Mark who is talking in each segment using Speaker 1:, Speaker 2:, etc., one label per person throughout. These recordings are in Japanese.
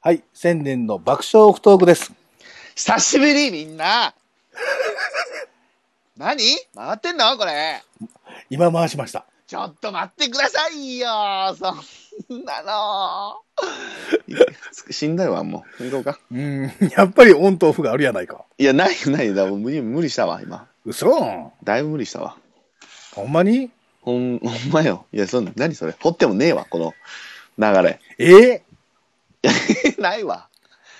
Speaker 1: はい、千年の爆笑オフトークです。
Speaker 2: 久しぶりみんな何回ってんのこれ
Speaker 1: 今回しました。
Speaker 2: ちょっと待ってくださいよそんなのしんどいわもう行こうか
Speaker 1: うん、 やっぱりオンとオフがあるやないか。
Speaker 2: いやないよないよだからもう無理無理したわ今
Speaker 1: 嘘
Speaker 2: だいぶ無理したわ
Speaker 1: ほんまに
Speaker 2: ほんほんまよいやそんな何それ掘ってもねえわこの流れ
Speaker 1: ええ
Speaker 2: ないわ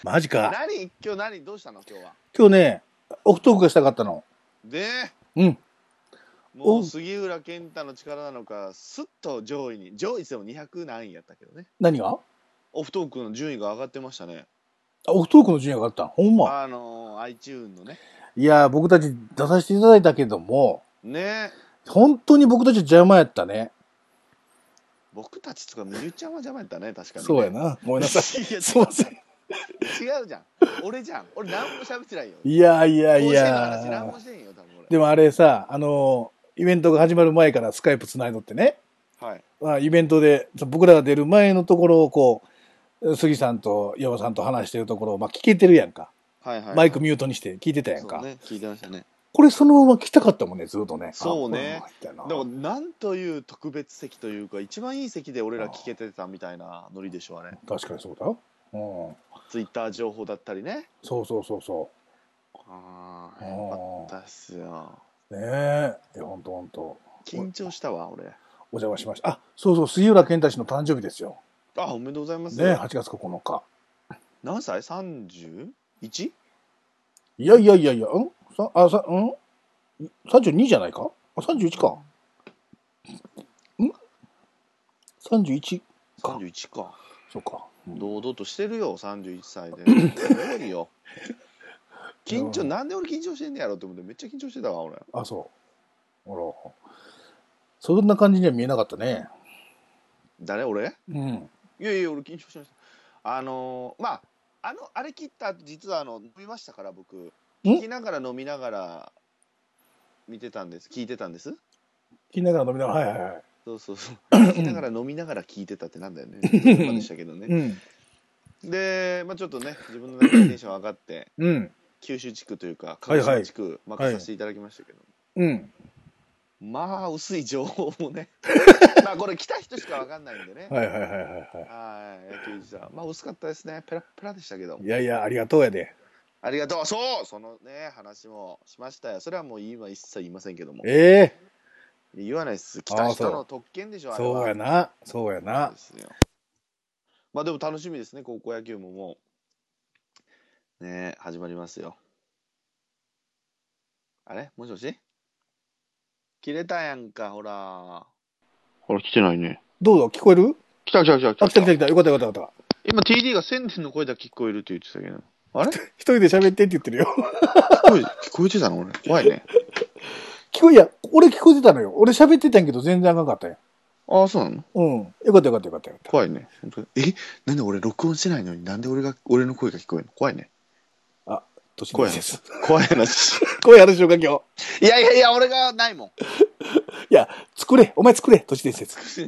Speaker 1: マジか。
Speaker 2: 何今日何どうしたの今日は
Speaker 1: 今日ね、オフトークがしたかったの。
Speaker 2: で
Speaker 1: うん。
Speaker 2: も
Speaker 1: お
Speaker 2: う杉浦健太の力なのかすっと上位に上位でも200何位やったけどね
Speaker 1: 何が
Speaker 2: オフトークの順位が上がってましたね
Speaker 1: あオフトークの順位が上がったのほんま。
Speaker 2: あの iTune のね
Speaker 1: いやー、僕たち出させていただいたけども、
Speaker 2: ね
Speaker 1: 本当に僕たち邪魔やったね。
Speaker 2: 僕たちとかみゆちゃんは邪魔やったね確かに
Speaker 1: そうやな。ごめんなさ
Speaker 2: いや
Speaker 1: い。すいません。
Speaker 2: 違うじゃん俺じゃん俺何も喋ってないよ
Speaker 1: いやいやい
Speaker 2: 甲子園の話何
Speaker 1: や
Speaker 2: も。してへんよ多分俺
Speaker 1: でもあれさ、あのーイベントが始まる前からスカイプ繋いどってね。
Speaker 2: はい
Speaker 1: まあ、イベントでそ僕らが出る前のところをこう杉さんと山さんと話してるところを、まあ、聞けてるやんか、
Speaker 2: はいはい
Speaker 1: マイクミュートにして聞いてたやんか、
Speaker 2: そうね聞いてましたね
Speaker 1: これそのまま聞きたかったもんねずっとね
Speaker 2: そうね
Speaker 1: あこんなん入った
Speaker 2: でも
Speaker 1: な
Speaker 2: なんという特別席というか一番いい席で俺ら聞けてたみたいなノリでしょうね
Speaker 1: 確かにそうだよ、うん、
Speaker 2: ツイッター情報だったりね
Speaker 1: そうそうそうそ
Speaker 2: あ
Speaker 1: う
Speaker 2: あよかったっすよ
Speaker 1: うねえいやほんとほんと
Speaker 2: 緊張したわ俺
Speaker 1: お邪魔しましたあそうそう杉浦健太氏の誕生日ですよ
Speaker 2: あおめでとうございます、
Speaker 1: ねえ8月9日
Speaker 2: 何歳 ?31?
Speaker 1: いやいやいやいやうんさあさうん32じゃないかあ31かん ?31 か
Speaker 2: 31か
Speaker 1: そうか。
Speaker 2: 堂々としてるよ31歳 で無理よ緊張
Speaker 1: うん
Speaker 2: なんで俺緊張してんねやろって思ってめっちゃ緊張してたわ俺
Speaker 1: あ、そう。あら。そんな感じには見えなかったね。
Speaker 2: 誰俺
Speaker 1: うん。
Speaker 2: いやいや俺緊張しましたあのーまああのあれ切った後実はあの飲みましたから僕聞きながら飲みながら見てたんです聞いてたんです
Speaker 1: 聞きながら飲みながら、はいはいはい。
Speaker 2: そうそ うそう聞きながら飲みながら聞いてたってなんだよねそうでしたけどね
Speaker 1: ん。
Speaker 2: で、まあ、ちょっとね自分の中でテンション上がって
Speaker 1: うん。
Speaker 2: 九州地区というか
Speaker 1: はい
Speaker 2: 鹿
Speaker 1: はい
Speaker 2: 児島地区任させていただきましたけど、
Speaker 1: うん。
Speaker 2: まあ薄い情報も ねまあこれ来た人しかわかんないんでね
Speaker 1: はいはいはいはいは
Speaker 2: はい野球児さんまあ薄かったですねペラッペラでしたけど
Speaker 1: い。いやいや、ありがとうやで。
Speaker 2: ありがとうそうそのね話もしましたよそれはもう今一切言いませんけども
Speaker 1: ええ
Speaker 2: 言わないです来
Speaker 1: あ
Speaker 2: た
Speaker 1: ーそう
Speaker 2: 人の特権でしょあれは
Speaker 1: そうやな。そうやな
Speaker 2: で。すよまあでも楽しみですね高校野球ももうね始まりますよあれもしもし切れたやんかほらほら来てないね
Speaker 1: どうぞ、聞こえる
Speaker 2: 来た来た来た来
Speaker 1: あ、
Speaker 2: た
Speaker 1: 来た来た来た。よかったよかったよかっ
Speaker 2: 今 TD が1000年の声だけ聞こえるって言ってたけどあれ聞
Speaker 1: た。一人で喋ってって言ってるよ。
Speaker 2: こえ聞こえてたの俺怖いね
Speaker 1: 聞こえ、いや、俺聞こえてたのよ。俺喋ってたんやけど全然あかんかったよ。
Speaker 2: ああそうなの
Speaker 1: うん。よかったよかったよかったよかった。
Speaker 2: 怖いね本当えなんで俺録音してないのになんで俺が俺の声が聞こえるの怖いね
Speaker 1: 年
Speaker 2: 声
Speaker 1: です。
Speaker 2: 怖い話
Speaker 1: 声あるでしょうか、今日。
Speaker 2: いやいやいや俺がないもん
Speaker 1: いや、作れ。お前作れ。都市伝説。
Speaker 2: 作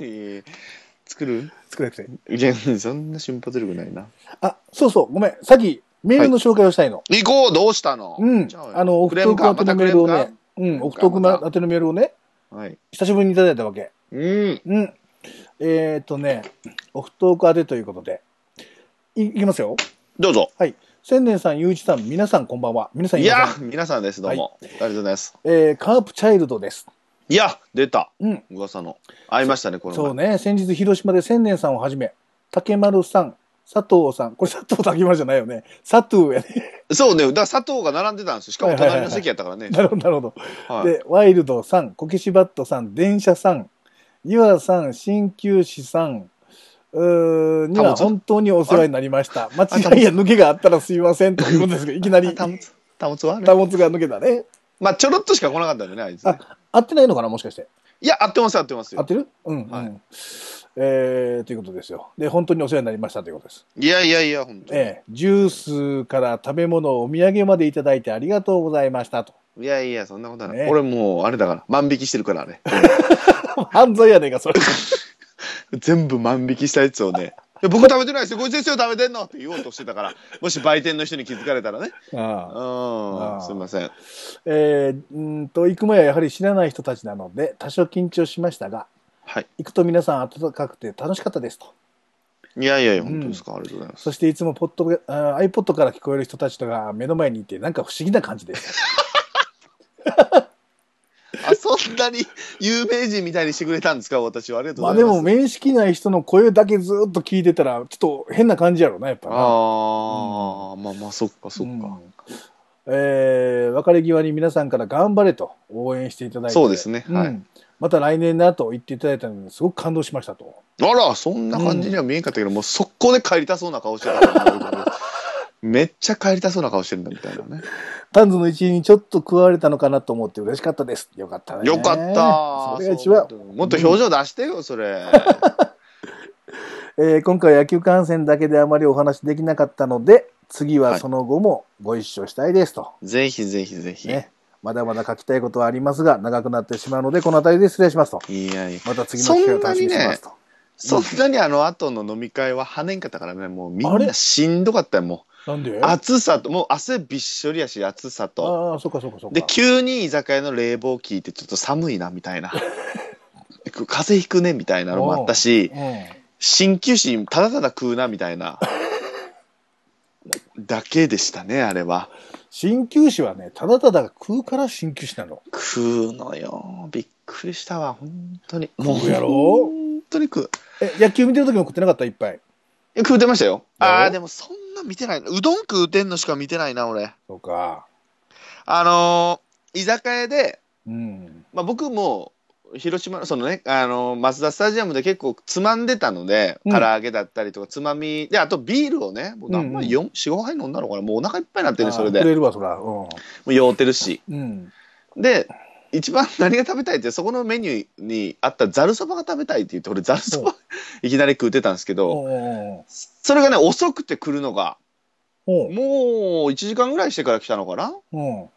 Speaker 2: る
Speaker 1: 作れなくて。
Speaker 2: いや、そんな瞬発力ないな。
Speaker 1: あ、そうそう。ごめん。さっき、メールの紹介をしたいの。
Speaker 2: 行こうどうしたの
Speaker 1: うん
Speaker 2: じゃ。
Speaker 1: あの、オ
Speaker 2: ク
Speaker 1: フ
Speaker 2: レ
Speaker 1: ト
Speaker 2: ーム
Speaker 1: ーク
Speaker 2: か、ま
Speaker 1: 宛て
Speaker 2: た
Speaker 1: のメ
Speaker 2: ク
Speaker 1: ー
Speaker 2: レ
Speaker 1: ル
Speaker 2: ーム
Speaker 1: をね
Speaker 2: か。、
Speaker 1: うん、オフトーク宛てのメールをね、
Speaker 2: はい。
Speaker 1: 久しぶりにいただいたわけ。
Speaker 2: うん。
Speaker 1: うん。えーっ、とね、オフトーク宛てということで。い、いきますよ。
Speaker 2: どうぞ。
Speaker 1: はい。千年さん、ゆういちさん、皆さんこんばんは。皆さん
Speaker 2: い
Speaker 1: 皆
Speaker 2: や
Speaker 1: さん、
Speaker 2: 皆さんです、どうも。ありがとうございます。
Speaker 1: えー、カープチャイルドです。
Speaker 2: いや、出た。
Speaker 1: うん。
Speaker 2: 噂の。会いましたね、この
Speaker 1: そうね、先日広島で千年さんをはじめ、竹丸さん、佐藤さん、これ佐藤竹丸じゃないよね。佐藤やね。
Speaker 2: 前。そうね、だから佐藤が並んでたんですよ。しかも
Speaker 1: はいはいはい
Speaker 2: 隣の席やったからね。
Speaker 1: なるほど、なるほど。
Speaker 2: はい。
Speaker 1: で、ワイルドさん、コケシバットさん、電車さん、ユアさん、鍼灸師さん、うーには
Speaker 2: 保つ
Speaker 1: 本当にお世話になりました。間
Speaker 2: あ保
Speaker 1: 違いや抜けがあったらすいませんということですけど、 いきなり、
Speaker 2: た
Speaker 1: タ
Speaker 2: もつ、たもつはね。
Speaker 1: モツが抜けたね。
Speaker 2: まあ、ちょろっとしか来なかったんでね、あいつね。
Speaker 1: あ、合ってないのかなもしかして。
Speaker 2: いや、合ってます、合ってます
Speaker 1: 合っ
Speaker 2: よ。
Speaker 1: てるうん、
Speaker 2: はい
Speaker 1: うん。えー、ということですよ。で、本当にお世話になりましたということです。
Speaker 2: いやいやいや、本当に。
Speaker 1: ええジュースから食べ物、お土産までいただいてありがとうございましたと。
Speaker 2: いやいや、そんなことはな
Speaker 1: ね
Speaker 2: い。俺もう、あれだから、万引きしてるから、あれ。
Speaker 1: 犯罪やねんか、それ。
Speaker 2: 全部万引きしたやつをね や僕食べてないですよ、ごちそうですよ、食べてんのって言おうとしてたから、もし売店の人に気づかれたらね。
Speaker 1: ああ
Speaker 2: うん、すみません。
Speaker 1: えー、うーんと、行く前はやはり知らない人たちなので、多少緊張しましたが、
Speaker 2: はい。
Speaker 1: 行くと皆さん温かくて楽しかったですと。
Speaker 2: いやいやいや、
Speaker 1: うん
Speaker 2: 本当ですか、ありがとうございます。
Speaker 1: そしていつもポッド、あー iPod から聞こえる人たちとが目の前にいて、なんか不思議な感じです。
Speaker 2: あ、そんなに有名人みたいにしてくれたんですか、私は。ありがとう
Speaker 1: まあ
Speaker 2: ござ
Speaker 1: で
Speaker 2: います。
Speaker 1: も、面識ない人の声だけずっと聞いてたら、ちょっと変な感じやろな、やっぱな。
Speaker 2: ああ、まあまあ、そっか、そ
Speaker 1: う
Speaker 2: っか。
Speaker 1: んえー別れ際に皆さんから頑張れと応援していただいて。
Speaker 2: そうですねはい
Speaker 1: んまた来年なと言っていただいたのですごく感動しましたと。
Speaker 2: あら、そんな感じには見えんかったけど、もう速攻で帰りたそうな顔してた から。めっちゃ帰りたそうな顔してるんだみたいなね。
Speaker 1: タンズの一員にちょっと加われたのかなと思って嬉しかったです。よかったね。
Speaker 2: よかっ
Speaker 1: そ
Speaker 2: た。
Speaker 1: れが一番
Speaker 2: そう。もっと表情出してよ、それ。
Speaker 1: えー今回は野球観戦だけであまりお話できなかったので、次はその後もご一緒したいですと。
Speaker 2: ぜひぜひぜひ。
Speaker 1: ね。まだまだ書きたいことはありますが、長くなってしまうので、この辺りで失礼しますと。
Speaker 2: いやいや。
Speaker 1: また次の機会を楽しみにしてますと。
Speaker 2: そんなにあの後の飲み会は跳ねんかったからね、もうみ
Speaker 1: あ
Speaker 2: ん
Speaker 1: れ
Speaker 2: なしんどかったよ、も
Speaker 1: なんで
Speaker 2: う。暑さと、もう汗びっしょりやし、暑さと。
Speaker 1: ああ、そうかそうかそうか。
Speaker 2: で、急に居酒屋の冷房聞いて、ちょっと寒いな、み たいな。風邪ひくね、みたいなのもあったし、
Speaker 1: うん
Speaker 2: 鍼灸師ただただ食うな、みたいな。だけでしたね、あれは。
Speaker 1: 鍼灸師はねただただ食うから鍼灸師なの
Speaker 2: 食うのよ。びっくりしたわ、本当に。もう、
Speaker 1: 食うやろ
Speaker 2: 本当に食う。
Speaker 1: え野球見てる時も食ってなかったいっぱい
Speaker 2: え食うてましたよ。
Speaker 1: やろ
Speaker 2: ああ、でもそんな見てないな。うどん食うてんのしか見てないな、俺。
Speaker 1: そうか
Speaker 2: あのー居酒屋で、
Speaker 1: うん
Speaker 2: まあ、僕も広島のそのね、あのーマツダスタジアムで結構つまんでたので、
Speaker 1: うん
Speaker 2: 唐揚げだったりとかつまみであとビールをね僕あんまり4 45杯飲んだのかなもうお腹いっぱいになってるねそれで
Speaker 1: あー
Speaker 2: も
Speaker 1: 食えるわそらうん
Speaker 2: う酔うてるし
Speaker 1: うん
Speaker 2: で一番何が食べたいってそこのメニューにあったざるそばが食べたいって言って俺ざるそば いきなり食うてたんですけど
Speaker 1: おう
Speaker 2: それがね遅くて来るのが
Speaker 1: おう
Speaker 2: もう1時間ぐらいしてから来たのかな
Speaker 1: おう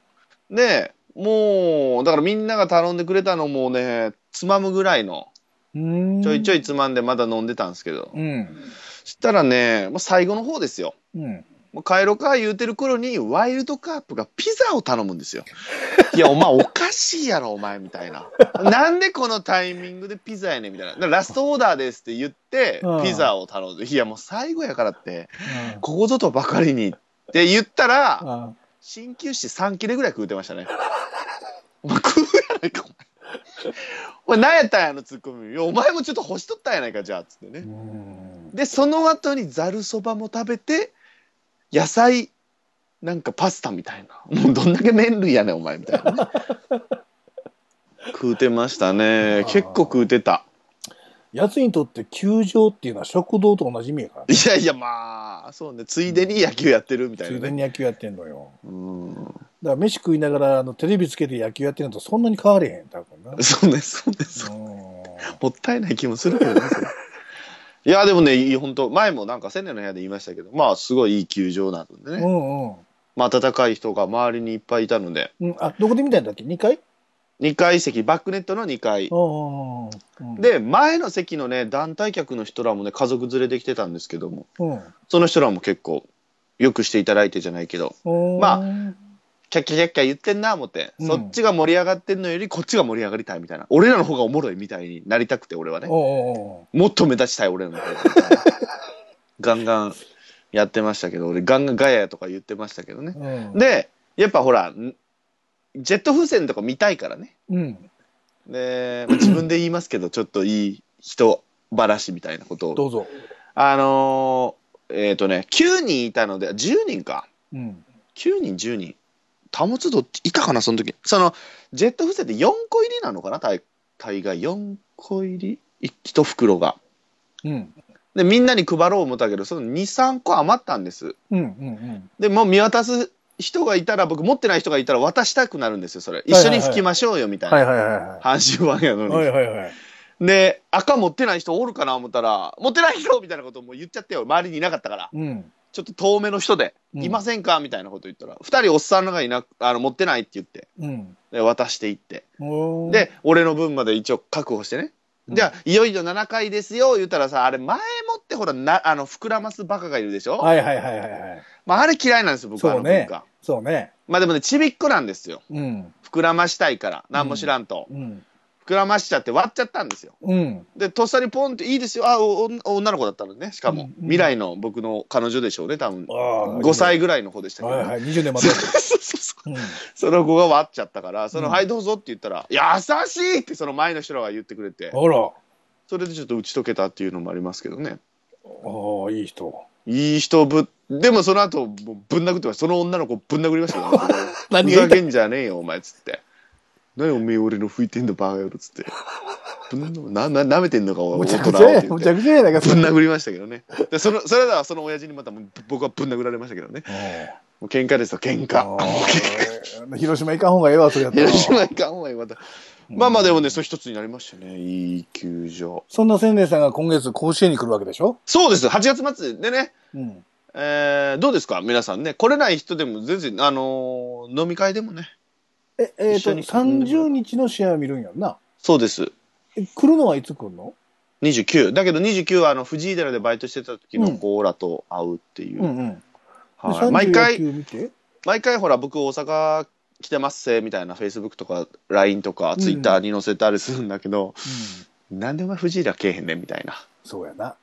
Speaker 2: でもうだからみんなが頼んでくれたのもねつまむぐらいの
Speaker 1: うん
Speaker 2: ちょいちょ
Speaker 1: い
Speaker 2: いつまんでまだ飲んでたんですけど、
Speaker 1: うん
Speaker 2: そしたらねもう最後の方ですよ
Speaker 1: うん
Speaker 2: もう帰ろか言うてる頃にワイルドカープがピザを頼むんで すよいやお前おかしいやろお前みたいななんでこのタイミングでピザやねんみたいなだからラストオーダーですって言って
Speaker 1: うん
Speaker 2: ピザを頼んでいやもう最後やからってここぞとばかりにって言ったら
Speaker 1: あ
Speaker 2: 鍼灸師3切れぐらい食うてましたね。 お前食うやないか、お前。お前何やったんやあのツッコミ。いや、お前もちょっと干しとったんやないか、じゃあ、つって
Speaker 1: ーう
Speaker 2: ね。
Speaker 1: ん
Speaker 2: で、その後にざるそばも食べて、野菜、なんかパスタみたいな。もうどんだけ麺類やねん、お前、みた いなね、食うてましたね。結構食うてた。
Speaker 1: やつにとって球場っていうのは食堂と同じ意味やからね
Speaker 2: いやいや、まあ、そうね。ついでに野球やってるみたい
Speaker 1: つい
Speaker 2: な
Speaker 1: で
Speaker 2: ね。
Speaker 1: に野球やってんのよ
Speaker 2: うん。
Speaker 1: だから飯食いながらあのテレビつけて野球やってるのとそんなに変われへん多分な
Speaker 2: そうね、そうね、そうね
Speaker 1: う
Speaker 2: もったいない気もするけどね。それ いや、でもね、いい本当前もなんか千年の部屋で言いましたけど、まあ、すごいいい球場なんで
Speaker 1: ん
Speaker 2: ね。
Speaker 1: うんうん
Speaker 2: まあ、温かい人が周りにいっぱいいたので、
Speaker 1: うんあどこで見たんだっけ2階
Speaker 2: 2階席、バックネットの2階。
Speaker 1: うんうん
Speaker 2: で、前の席のね、団体客の人らもね、家族連れで来てたんですけども、
Speaker 1: うん
Speaker 2: その人らも結構、よくしていただいてじゃないけど、まあ
Speaker 1: ま
Speaker 2: キャッキャキャッキャ言ってんな思って、
Speaker 1: うん
Speaker 2: そっちが盛り上がってんのより、こっちが盛り上がりたいみたいな。俺らの方がおもろいみたいになりたくて、俺はね。
Speaker 1: おうおうおう
Speaker 2: もっと目立ちたい俺らの方がみたいなガンガンやってましたけど俺ガンガンガヤとか言ってましたけどね
Speaker 1: うん、
Speaker 2: でやっぱほらんジェット風船とか見たいからね
Speaker 1: うん、
Speaker 2: でまあ自分で言いますけどちょっといい人ばらしみたいなこと
Speaker 1: ど
Speaker 2: を
Speaker 1: うぞ。
Speaker 2: あのーえっ、とね9人いたので10人か
Speaker 1: うん、
Speaker 2: 9人10人保つどいたかなその時そのジェット風船って4個入りなのかな大大概4個入り1袋が
Speaker 1: うん、
Speaker 2: でみんなに配ろう思ったけどその23個余ったんです
Speaker 1: うん、うん、
Speaker 2: でもう見渡す人がいたら僕持ってない人がいたら渡したくなるんですよそれ
Speaker 1: い
Speaker 2: 一
Speaker 1: はい
Speaker 2: 緒に吹きましょうよみたいな、
Speaker 1: はいはいは
Speaker 2: 阪神ファンやの
Speaker 1: い
Speaker 2: に、
Speaker 1: はい。はいはいはい。
Speaker 2: で赤持ってない人おるかな思ったら持ってないよみたいなことも言っちゃってよ周りにいなかったから
Speaker 1: うん、
Speaker 2: ちょっと遠目の人で「
Speaker 1: うん
Speaker 2: いませんか?」みたいなこと言ったら2人おっさんのがいなくあの持ってないって言って
Speaker 1: うん、
Speaker 2: で渡していって
Speaker 1: おー、
Speaker 2: で俺の分まで一応確保してねじゃあ、いよいよ7回ですよ、言ったらさ、あれ、前もってほら、なあの膨らますバカがいるでしょ、
Speaker 1: はいはいはいはいはい。
Speaker 2: まあ、あれ嫌いなんですよ、僕はあ
Speaker 1: そう
Speaker 2: の文
Speaker 1: ね
Speaker 2: 化。。
Speaker 1: そうね。
Speaker 2: まあでもね、ちびっこなんですよ。
Speaker 1: うん。
Speaker 2: 膨らましたいから、何も知らんと。
Speaker 1: うん。
Speaker 2: 膨らましちゃって割っちゃったんですよ。
Speaker 1: うん。
Speaker 2: で、とっさにポンって、いいですよ、あ、おお女の子だったのね、しかも、
Speaker 1: うんうん
Speaker 2: 未来の僕の彼女でしょうね、多分
Speaker 1: ああ
Speaker 2: 5歳ぐらいの子でしたけど、
Speaker 1: はいはい。20年待って
Speaker 2: そうそうそう
Speaker 1: る。
Speaker 2: その子が割っちゃったから、その、
Speaker 1: うん
Speaker 2: はい、どうぞって言ったら、優しいってその前の人らが言ってくれて
Speaker 1: うん。、あら。
Speaker 2: それでちょっと打ち解けたっていうのもありますけどね。
Speaker 1: ああ、いい人。
Speaker 2: いい人ぶ、でもその後、もうぶん殴ってました。その女の子ぶん殴りましたよ。
Speaker 1: 何が言
Speaker 2: ふざ
Speaker 1: いたい
Speaker 2: けんじゃねえよ、お前、つって。何おめえ俺の吹いてんだ、バカ野郎、つって。ぶんな、な、舐めてんのか、
Speaker 1: む
Speaker 2: 俺、
Speaker 1: ち
Speaker 2: 大
Speaker 1: ゃく
Speaker 2: 人
Speaker 1: ちゃ
Speaker 2: はっ
Speaker 1: や。
Speaker 2: て言っ
Speaker 1: む
Speaker 2: て
Speaker 1: ちゃくちゃやないか、
Speaker 2: ぶ
Speaker 1: そ
Speaker 2: ん
Speaker 1: れ。
Speaker 2: 殴りましたけどね。でその、それではその親父にまたもう僕はぶん殴られましたけどね。
Speaker 1: うん
Speaker 2: もう喧嘩ですよ、喧
Speaker 1: あ
Speaker 2: 嘩。もう喧嘩
Speaker 1: ー広島行かん方がええわ、それやったら
Speaker 2: 広島行かんわよ、また。まあまあでもね、そう一つになりましたね。いい球場。
Speaker 1: そんな千年さんが今月甲子園に来るわけでしょ
Speaker 2: そうです、8月末でね。
Speaker 1: うん。
Speaker 2: えー、どうですか皆さんね。来れない人でも全然、あのー飲み会でもね。
Speaker 1: え、えっ、
Speaker 2: 一緒
Speaker 1: と、
Speaker 2: に
Speaker 1: 30日の試合を見るんやんな。
Speaker 2: そうです。
Speaker 1: え、来るのはいつ来るの
Speaker 2: 29。だけど29はあの、藤井寺でバイトしてた時
Speaker 1: う
Speaker 2: の
Speaker 1: ん
Speaker 2: 子らと会うっていう。
Speaker 1: うんうん。で
Speaker 2: はい、毎回、
Speaker 1: 39見て
Speaker 2: 毎回ほら、僕大阪来てますせ、みたいな Facebook とか LINE とか
Speaker 1: ん
Speaker 2: Twitter に載せたりするんだけど、
Speaker 1: うん。
Speaker 2: なんでお前藤井寺来えへんねんみたいな。
Speaker 1: そうやな。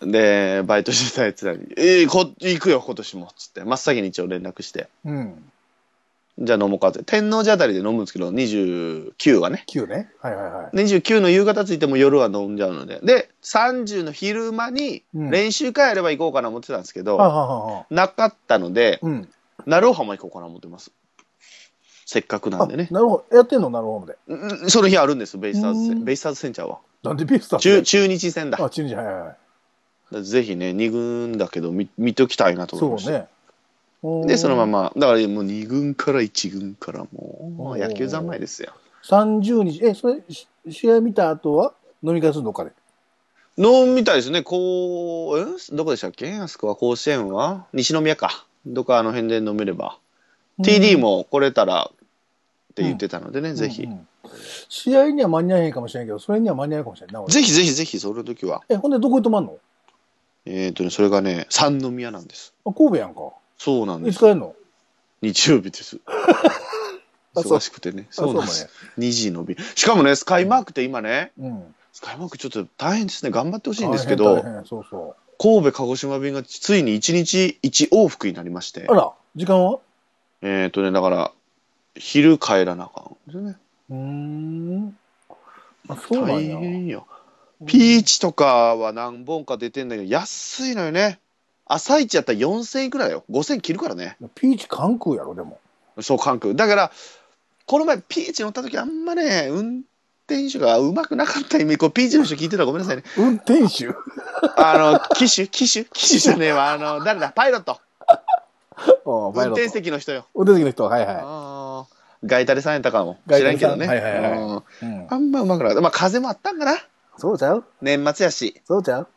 Speaker 2: で、バイトしてたやつらに、えー、こ行くよ、今年も。つって、真っ先に一応連絡して、
Speaker 1: うん。
Speaker 2: じゃあ飲もうかって。天王寺あたりで飲むんですけど、29はね。
Speaker 1: 9ね。はいはいはい。
Speaker 2: 29の夕方ついても夜は飲んじゃうので。で、30の昼間に
Speaker 1: うん
Speaker 2: 練習会やれば行こうかな思ってたんですけど、
Speaker 1: あはははは。
Speaker 2: なかったので、
Speaker 1: うん。
Speaker 2: なるお浜行こうかな思ってます。せっかくな
Speaker 1: あ、
Speaker 2: んでね。
Speaker 1: なるほど。やってんのなるほどで。
Speaker 2: うんその日あるんです、ベイスターズ
Speaker 1: う
Speaker 2: 戦。
Speaker 1: ん
Speaker 2: ベイスターズ戦ちゃうわ。
Speaker 1: なんでビースターズ
Speaker 2: 中中日戦だ。
Speaker 1: あ、中日、はいはいはい。
Speaker 2: ぜひね、2軍だけど見見ときたいなと思い
Speaker 1: そう
Speaker 2: ました。
Speaker 1: ね。おー
Speaker 2: で、そのま。ま、だからもう2軍から1軍からもう、もう野球三昧ですよ。
Speaker 1: 30日、え、それ、し試合見た後は飲み会するのかで。
Speaker 2: のみたいですね、こう、えどこでしたっけあそこは甲子園は西宮か。どっかあの辺で飲めれば。TD も来れたらって言ってたのでね、
Speaker 1: うん、
Speaker 2: ぜひ
Speaker 1: う。ん試合には間に合えへんかもしれんけど、それには間に合えるかもしれんな、俺
Speaker 2: ぜひぜひぜひ、その時は。
Speaker 1: え、ほんでどこに泊まんの
Speaker 2: えっ、とね、それがね、三宮なんです。
Speaker 1: あ神戸やんか。
Speaker 2: そうなんで
Speaker 1: いつ
Speaker 2: す。
Speaker 1: 帰るの
Speaker 2: 日曜 日です。
Speaker 1: そう
Speaker 2: 忙しくてね。そうなんで
Speaker 1: あ
Speaker 2: す。2時の便。しかもね、スカイマークって今ね、
Speaker 1: うん。
Speaker 2: スカイマークちょっと大変ですね。頑張ってほしいん
Speaker 1: 大変
Speaker 2: ですけど
Speaker 1: 大、変そうそ
Speaker 2: 神戸鹿児島便がついに1日1往復になりまして
Speaker 1: う。あら、時間は
Speaker 2: えっ、とねだから昼帰らなあかんですね
Speaker 1: うーん。あ、そうな
Speaker 2: 大
Speaker 1: んや。
Speaker 2: 変よピーチとかは何本か出てんだけど安いのよね朝一やったら4000円くらいだよ5000切るからね
Speaker 1: ピーチ関空やろ、でも。
Speaker 2: そう関空だからこの前ピーチ乗った時あんまね運転手がうまくなかった意味こうピーチの人聞いてたらごめんな さいね
Speaker 1: 運転 手
Speaker 2: あの機種機種機種じゃねえわあの誰だパイロット
Speaker 1: お
Speaker 2: 運転
Speaker 1: 席。
Speaker 2: 席の人よ
Speaker 1: 運転席の人、はいは
Speaker 2: ああガイタレさんやったかも
Speaker 1: ガイ
Speaker 2: 知
Speaker 1: タ
Speaker 2: らん
Speaker 1: レ
Speaker 2: け
Speaker 1: さんはい
Speaker 2: どね
Speaker 1: はいはい
Speaker 2: うん
Speaker 1: い。うん
Speaker 2: あんまうまくなかった。まあ、風もあったんかな。
Speaker 1: そうちゃう
Speaker 2: 年末やし、
Speaker 1: そうちゃう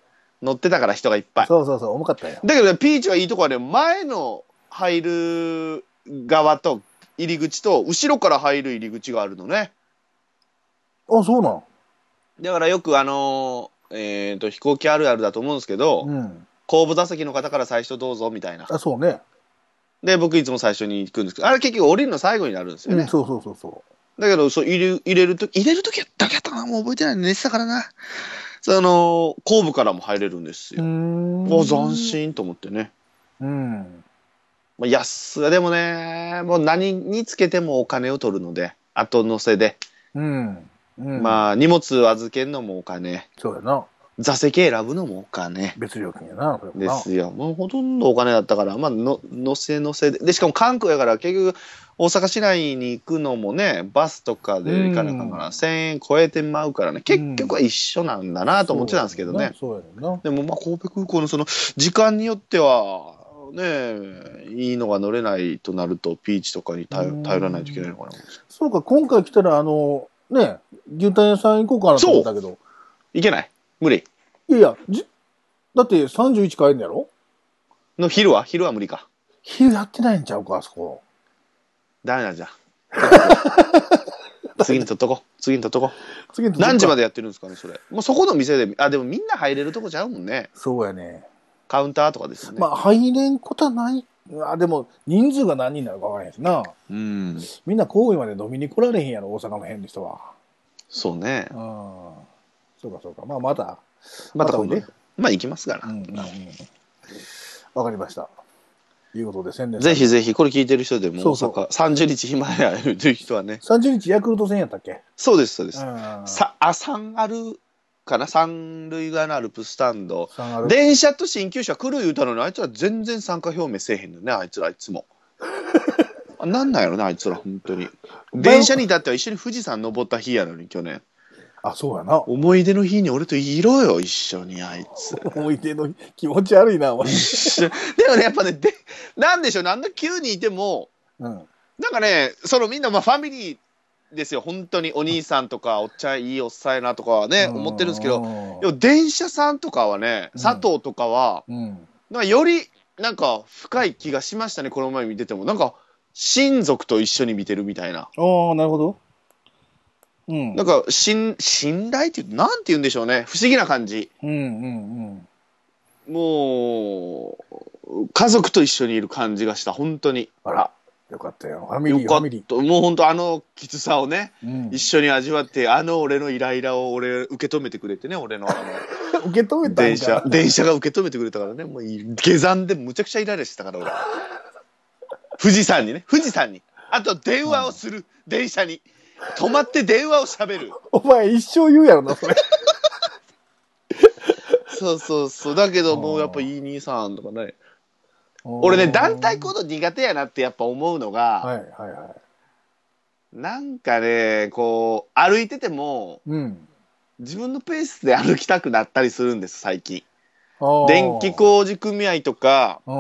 Speaker 2: 乗ってたから人がいっぱい。
Speaker 1: そうそうそう、重かったよ。
Speaker 2: だけどね、ピーチはいいとこはね、前の入る側と入り口と、後ろから入る入り口があるのね。
Speaker 1: あ、そうなん。
Speaker 2: だからよくあのーえっ、と、飛行機あるあるだと思うんですけど、
Speaker 1: うん。
Speaker 2: 後部座席の方から最初どうぞみたいな。
Speaker 1: あ、そうね。
Speaker 2: で、僕いつも最初に行くんですけど、あれ結局降りるの最後になるんですよ
Speaker 1: う
Speaker 2: ね。
Speaker 1: ん、そうそうそうそ
Speaker 2: だけど、そう、入れる、入れるとき、入れるときだけやったかなもう覚えてない。寝てたからな。その、後部からも入れるんです
Speaker 1: う。うー
Speaker 2: よ。
Speaker 1: ん。
Speaker 2: もう斬。新と思ってね。
Speaker 1: うん。
Speaker 2: まあ、安いでもねもう何につけてもお金を取るので後乗せで、
Speaker 1: うん。うん。あ。
Speaker 2: まあ荷物預けるのもお金
Speaker 1: そうやな。
Speaker 2: 座席選ぶのもお金
Speaker 1: 別料金やな、それも
Speaker 2: で
Speaker 1: な。
Speaker 2: すよもうほとんどお金だったからまあの乗せ乗せででしかも韓国やから結局大阪市内に行くのもねバスとかで行かなあかんから、
Speaker 1: うん
Speaker 2: 1,000円超えてまうからね結局は一緒なんだなと思ってたんですけどね、
Speaker 1: そうやねんな。
Speaker 2: でもまあ神戸空港のその時間によってはねいいのが乗れないとなるとピーチとかに頼
Speaker 1: うん
Speaker 2: 頼らないといけないのかな
Speaker 1: そうか、今回来たら、あの、ね、牛タン屋さん行こうかなと思ったけど。
Speaker 2: いけない無理
Speaker 1: いやいや、じだって31帰るんやろ
Speaker 2: の昼は昼は無理か
Speaker 1: 昼やってないんちゃうか、あそこ。
Speaker 2: ダメなんじゃん 次に取っとこう次に取っとこう
Speaker 1: 次の
Speaker 2: 何時ま
Speaker 1: で
Speaker 2: でやってるんですかねそれもうそこの店であでもみんな入れるとこちゃうもんね
Speaker 1: そうやね。
Speaker 2: カウンターとかですよね、
Speaker 1: まあ、入れんことはない。あ、でも、人数が何人なのかわからへんしな。
Speaker 2: うん
Speaker 1: みんな神戸まで飲みに来られへんやろ、大阪の辺の人は。
Speaker 2: そうね
Speaker 1: うん。そうか、そうか。まあ、また。
Speaker 2: また今
Speaker 1: ま
Speaker 2: 度
Speaker 1: た
Speaker 2: まあ行きますから、
Speaker 1: うん、うん、うん。わかりました。いうことで、宣伝。
Speaker 2: ぜ。ひぜひこれ聞いてる人でも
Speaker 1: そ
Speaker 2: 大
Speaker 1: うそう
Speaker 2: 阪30日暇やるという人はね
Speaker 1: 30日ヤクルト戦やったっけ
Speaker 2: そうですそうです、
Speaker 1: うん。
Speaker 2: さあ三あるかな三塁側のアルプススタンド
Speaker 1: 三ある
Speaker 2: 電車と新旧車来る言うたのにあいつら全然参加表明せえへんのねあいつらいつも あなんなんやろねあいつら本当に電車に至っては一緒に富士山登った日やのに去年
Speaker 1: あ、そうやな。
Speaker 2: 思い出の日に俺といろよ一緒にあいつ
Speaker 1: 思い出の気持ち悪いな、お前。
Speaker 2: 一緒でもねやっぱねでなんでしょうなんだ急にいても
Speaker 1: うん。
Speaker 2: なんかねそのみんなまあファミリーですよ本当にお兄さんとかおっちゃんいいおっさんやなとかは ね思ってるんですけど
Speaker 1: ど
Speaker 2: でも電車さんとかはね
Speaker 1: うん
Speaker 2: 佐藤とかは、
Speaker 1: うん。
Speaker 2: なんかよりなんか深い気がしましたねこの前見ててもなんか親族と一緒に見てるみたいな
Speaker 1: ああ、なるほど。うん。
Speaker 2: なんか信信頼っていうなんて言うんでしょうね不思議な感じ
Speaker 1: うんうんうん。
Speaker 2: もう家族と一緒にいる感じがした本当に
Speaker 1: あら、よかったよ。ファミリ
Speaker 2: よ
Speaker 1: ー、フ
Speaker 2: か
Speaker 1: ァ
Speaker 2: っ
Speaker 1: ミリ
Speaker 2: たもう本当あのきつさをね
Speaker 1: ー。うん、
Speaker 2: 一
Speaker 1: 受
Speaker 2: 緒に味わってあの俺のイライラを俺受け止めてくれてね俺のあの
Speaker 1: け止めたんか
Speaker 2: 電車電車が受け止めてくれたからねもうい下山でむちゃくちゃイライラしてたから俺富士山にね富士山にあと電話をする、電車に止まって電話をしゃべる
Speaker 1: お前一生言うやろな、 それ。
Speaker 2: そうそうそうだけどもうやっぱいい兄さんとかね俺ね団体行動苦手やなってやっぱ思うのが、
Speaker 1: はいはいはい。
Speaker 2: なんかねこう歩いてても
Speaker 1: うん。
Speaker 2: 自分のペースで歩きたくなったりするんです最近
Speaker 1: あー
Speaker 2: 電気。工事組合とか
Speaker 1: うん。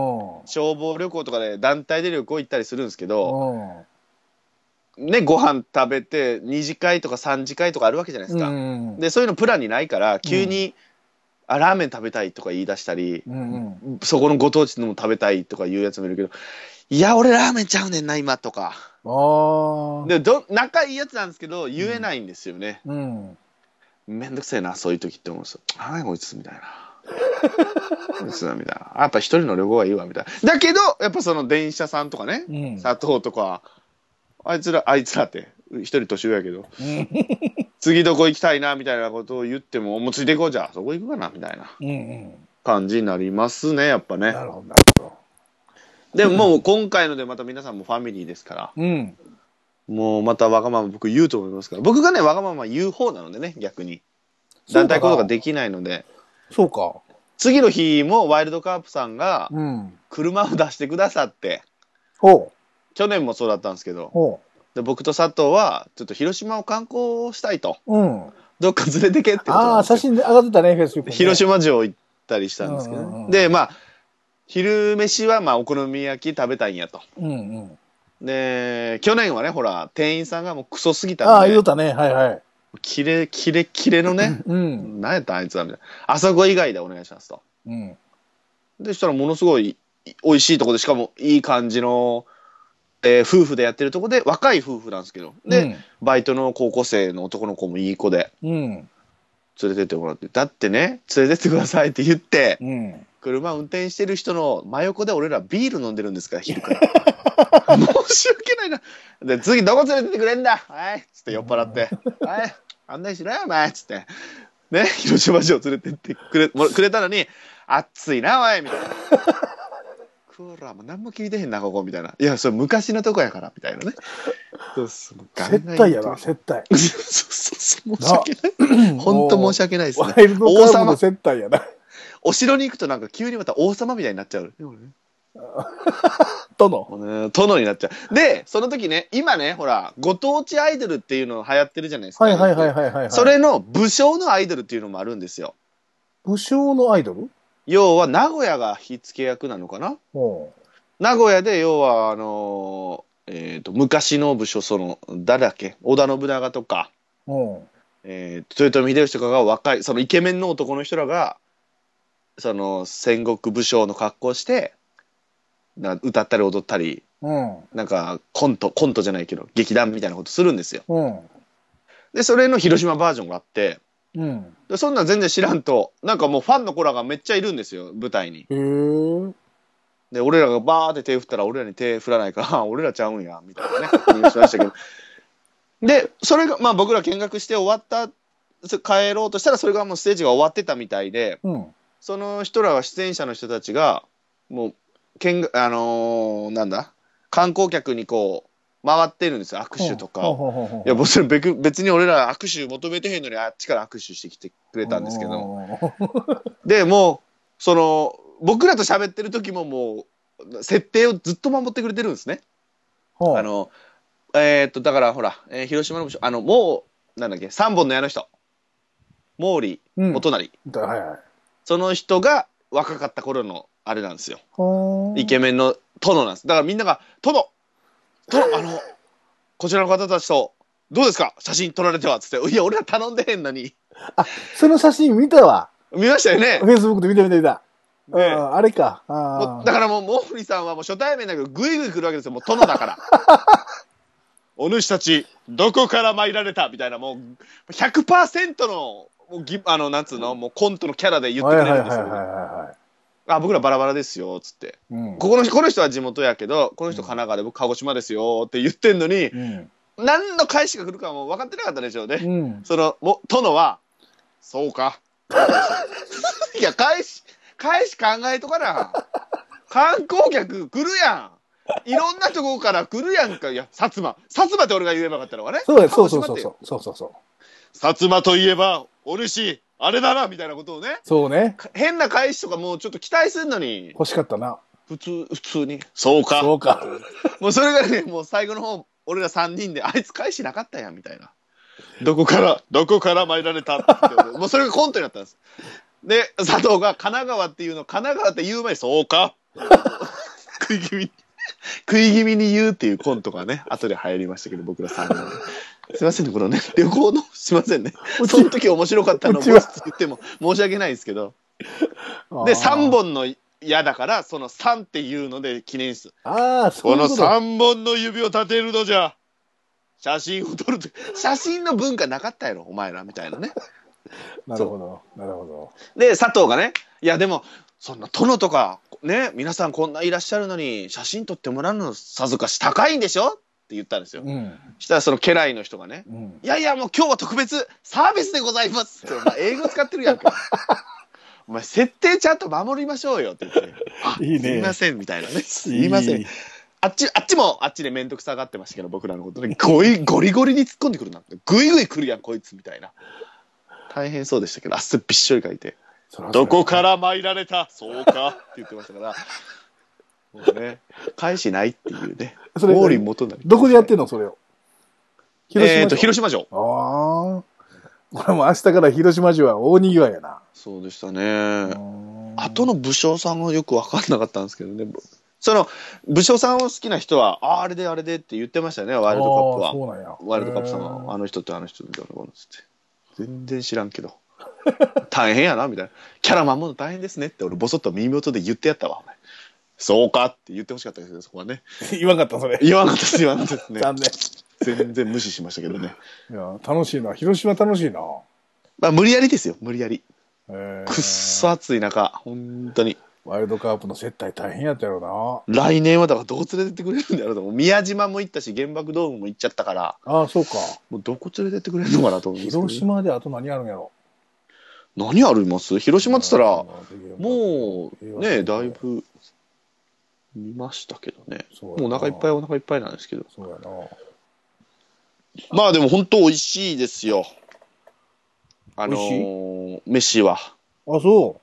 Speaker 2: 消防旅行とかで団体で旅行行ったりするんですけど、
Speaker 1: うん
Speaker 2: ね、ご飯食べて2次会とか3次会とかあるわけじゃないですか、
Speaker 1: うん。
Speaker 2: でそういうのプランにないから急に、あラーメン食べたいとか言い出したり、
Speaker 1: うんうん。
Speaker 2: そこのご当地のも食べたいとか言うやつもいるけどいや俺ラーメンちゃうねんな今とか
Speaker 1: ああ。
Speaker 2: でど仲いいやつなんですけど言えないんですよね、
Speaker 1: うん。
Speaker 2: めんどくせえなそういう時って思うんですよ「ああこいつ」みたいな「こいつだ」みたいなあ「やっぱ一人の旅行はいいわ」みたいなだけどやっぱその電車さんとかね
Speaker 1: うん。
Speaker 2: 佐藤とかあいつらあいつらって一人年上やけど
Speaker 1: うん。
Speaker 2: 次どこ行きたいなみたいなことを言ってももうついていこうじゃあそこ行くかなみたいな
Speaker 1: うんうん。
Speaker 2: 感じになりますねやっぱね
Speaker 1: なるほど、なるほ
Speaker 2: でももう今回のでまた皆さんもファミリーですから
Speaker 1: ど。うん。
Speaker 2: もうまたわがまま僕言うと思いますから僕がねわがまま言う方なのでね逆に団体行動ができないので
Speaker 1: そうか。
Speaker 2: 次の日もワイルドカープさんが
Speaker 1: うん。
Speaker 2: 車を出してくださって
Speaker 1: ほう。
Speaker 2: 去年もそうだったんですけど
Speaker 1: ほ
Speaker 2: で僕と佐藤はちょっと広島を観光したいと
Speaker 1: う。うん。
Speaker 2: どっか連れてけってこと
Speaker 1: あ
Speaker 2: なん
Speaker 1: あ、
Speaker 2: ですよ
Speaker 1: 写真で上がってたね、フェイスブックにね
Speaker 2: 広島城行ったりしたんですけど、
Speaker 1: うんうんう
Speaker 2: ね、
Speaker 1: ん
Speaker 2: でまあ昼飯はまあお好み焼き食べたいんやと
Speaker 1: うんうん。
Speaker 2: で去年はねほら店員さんがもうクソすぎ
Speaker 1: あ
Speaker 2: た
Speaker 1: あ、
Speaker 2: ん
Speaker 1: 言
Speaker 2: で
Speaker 1: うたね。はいはい。
Speaker 2: キレキレキレのね
Speaker 1: うん。
Speaker 2: 何やったんあいつはみたいなあそこ以外でお願いしますと
Speaker 1: うん。
Speaker 2: でしたらものすごいい美味しいとこでしかもいい感じの、えー夫婦でやってるとこで若い夫婦なんですけどで、バイトの高校生の男の子もいい子で
Speaker 1: うん、うん。
Speaker 2: 連れてってもらってだってね連れてってくださいって言って
Speaker 1: うん。
Speaker 2: 車運転してる人の真横で俺らビール飲んでるんですから昼から 申し訳ないなで次どこ連れてってくれんだはいっつって酔っ払って「はい案内しろよお前」っつってね広島市を連れてってくれもらくれたのに「暑いなおい」みたいな「クーラーも何も聞いてへんなここ」みたいな「いやそれ昔のとこやから」みたいなねそうっす
Speaker 1: 接待やな、
Speaker 2: そ
Speaker 1: 接
Speaker 2: う
Speaker 1: 待。
Speaker 2: そうそう申し訳ない本当申し訳ないですね
Speaker 1: ワイルド
Speaker 2: 王
Speaker 1: カーブ
Speaker 2: 様
Speaker 1: の接待やな。
Speaker 2: お城に行くとなんか急にまた王様みたいになっちゃう、ね俺ね
Speaker 1: との。
Speaker 2: もうね殿になっちゃうでその時ね今ねほらご当地アイドルっていうの流行ってるじゃないですか、
Speaker 1: はいはいはいはいはい。
Speaker 2: そ、れの武将のアイドルっていうのもあるんですよ
Speaker 1: 武将のアイドル
Speaker 2: 要は名古屋が火付け役なのかな
Speaker 1: ほ
Speaker 2: 名古屋で要はあのーえーと昔の武将その誰だっけ織田信長とか、
Speaker 1: う。ほ
Speaker 2: えー豊臣秀吉とかが若いそのイケメンの男の人らがその戦国武将の格好してな歌ったり踊ったり
Speaker 1: う。うん。
Speaker 2: なんかコントコントじゃないけど劇団みたいなことするんですよ
Speaker 1: うん。
Speaker 2: で、それの広島バージョンがあって、
Speaker 1: うん。
Speaker 2: でそんなん全然知らんと、なんかもうファンの子らがめっちゃいるんですよ、舞台に。
Speaker 1: へえ。
Speaker 2: で、俺らがバーって手振ったら、俺らに手振らないから、あ 俺らちゃうんや、みたいなね、確認しました けど。で、それが、まあ僕ら見学して終わった、そ帰ろうとしたら、それがもうステージが終わってたみたいで、
Speaker 1: うん。
Speaker 2: その人らは出演者の人たちが、もう、見学、あのーなんだ、観光客にこう、回ってるんですよ、握手とか。
Speaker 1: ほうほうほうほう
Speaker 2: いや、別に別別に俺ら握手求めてへんのに、あっちから握手してきてくれたんですけど。でもうその僕らと喋ってる時ももう設定をずっと守ってくれてるんですね。
Speaker 1: ほう
Speaker 2: あのえーっとだからほら、えー広島の部署あのもうなんだっけ3本の矢の人毛利
Speaker 1: うん
Speaker 2: 元就、
Speaker 1: だはいはい。
Speaker 2: その人が若かった頃のあれなんですよ
Speaker 1: ほう
Speaker 2: イケメンの殿なんですだからみんなが「殿殿あのこちらの方たちとどうですか写真撮られては」っつって「いや俺ら頼んでへんのに
Speaker 1: その写真見たわ。
Speaker 2: 見ましたよね
Speaker 1: フ」ェイスブックで見た見た見た。
Speaker 2: ねえ
Speaker 1: うんあれか。
Speaker 2: も
Speaker 1: あ
Speaker 2: う
Speaker 1: ー
Speaker 2: だからもう毛利さんはもう初対面だけどグイグイ来るわけですよもう殿だからお主たちどこから参られたみたいなもう100%のもうぎあのなんつうのもうコントのキャラで言って
Speaker 1: はい
Speaker 2: く
Speaker 1: はい
Speaker 2: れ
Speaker 1: はい
Speaker 2: るん
Speaker 1: はい
Speaker 2: です
Speaker 1: は
Speaker 2: よ、
Speaker 1: いは
Speaker 2: あ僕らバラバラですよつって
Speaker 1: い。うん。
Speaker 2: ここの人この人は地元やけどこの人神奈川で僕鹿児島ですよって言ってんのに
Speaker 1: うん。
Speaker 2: 何の返しが来るかも分かってなかったでしょうね、
Speaker 1: うん。
Speaker 2: そのも殿は「そ うか」いや返し返し考えとかな観光客来るやんいろんなとこから来るやんかいや薩摩薩摩って俺が言えばよかったのかね
Speaker 1: そうや、そうそう
Speaker 2: 鹿
Speaker 1: そ
Speaker 2: 児島っ
Speaker 1: う
Speaker 2: て
Speaker 1: そう。そうそうそう。
Speaker 2: 薩摩といえばお主あれだなみたいなことをね
Speaker 1: そうね。
Speaker 2: か変な返しとかもうちょっと期待すんのに
Speaker 1: 欲しかったな。
Speaker 2: 普通普通にそうか
Speaker 1: そうか。
Speaker 2: もうそれがねもう最後の方俺ら3人であいつ返しなかったやんみたいなどこからどこから参られたってもうそれがコントになったんですで佐藤が神奈川っていうの神奈川って言う前にそうか食い気味に食い気味に言うっていうコントがね後で流行りましたけど僕ら3人ですいませんねこのね旅行のすいませんねその時面白かった
Speaker 1: う
Speaker 2: のを後
Speaker 1: ちは
Speaker 2: 日言っても申し訳ないですけど で
Speaker 1: あー
Speaker 2: 3。本の矢だからその3っていうので記念室
Speaker 1: ああ、そう
Speaker 2: こ
Speaker 1: い
Speaker 2: の
Speaker 1: うこと。
Speaker 2: 三本の指を立てるのじゃ写真を撮ると写真の文化なかったやろお前らみたいなね
Speaker 1: なるほど。なるほ
Speaker 2: で佐藤がねいやでもそんな殿とかね皆さんこんないらっしゃるのに写真撮ってもらうのさぞかし高いんでしょって言ったんですよ
Speaker 1: ど。うん。
Speaker 2: したらその家来の人がね
Speaker 1: うん。
Speaker 2: いやいや、もう今日は特別サービスでございます って、お前英語使ってるやんか。 お前、設定ちゃんと守りましょうよって言って。あ
Speaker 1: いいね
Speaker 2: すいません、み たいなね。すいませ
Speaker 1: い
Speaker 2: ん。
Speaker 1: い
Speaker 2: あっち、あっちも、あっちで面倒くさがってましたけど、僕らのことで。ゴリ、ゴリゴリに突っ込んでくるなって。ぐいぐい来るやん、こいつ、みたいな。大変そうでしたけど、あっすびっしょり書いて。
Speaker 1: そらそら
Speaker 2: どこから参られたそうかって言ってましたから。もうね、返しないっていうね。
Speaker 1: それ
Speaker 2: 毛利元就。
Speaker 1: どこでやって
Speaker 2: る
Speaker 1: んのそれを。
Speaker 2: えーと、広島城。
Speaker 1: ああ。これも明日から広島市は大にぎわいやな。
Speaker 2: そうでしたね。後
Speaker 1: の。
Speaker 2: の武将さんはよく分かんなかったんですけどねその武将さんを好きな人はああれであれでって言ってましたよねワ
Speaker 1: ワ
Speaker 2: イルドカップは
Speaker 1: そうなんや。
Speaker 2: ワイルドカップさんはあの人ってあの人みたいなことつって全然知らんけど大変やなみたいなキャラ守るの大変ですねって俺ボソッと耳元で言ってやったわお前そうかって言ってほしかったですけどそこはね
Speaker 1: へー言わんかった、それ。
Speaker 2: 言わなかったです言わなかったですね
Speaker 1: 残念。
Speaker 2: 全然無視しましたけどね
Speaker 1: いや、楽しいな。広島楽しいな。
Speaker 2: まあ無理やりですよ無理やり
Speaker 1: えー
Speaker 2: くっそ暑い中本当に
Speaker 1: ワイルドカープの接待大変やったやろ
Speaker 2: 来年はだからどう連れてってくれるんだろうと思う宮島も行ったし原爆ドームも行っちゃったから
Speaker 1: な。ああ、そうか。
Speaker 2: もうどこ連れてってくれるのかなと思うんですけどね
Speaker 1: 広島であと何あるんやろ。
Speaker 2: 何あります広島っつったら
Speaker 1: も
Speaker 2: もうねだい。ぶ見ましたけどね
Speaker 1: そうや
Speaker 2: も
Speaker 1: な
Speaker 2: うお腹いっぱいお腹いっぱいなんですけど
Speaker 1: そうやな。
Speaker 2: まあでも本当美味しいですよあのー、飯は
Speaker 1: あ、そ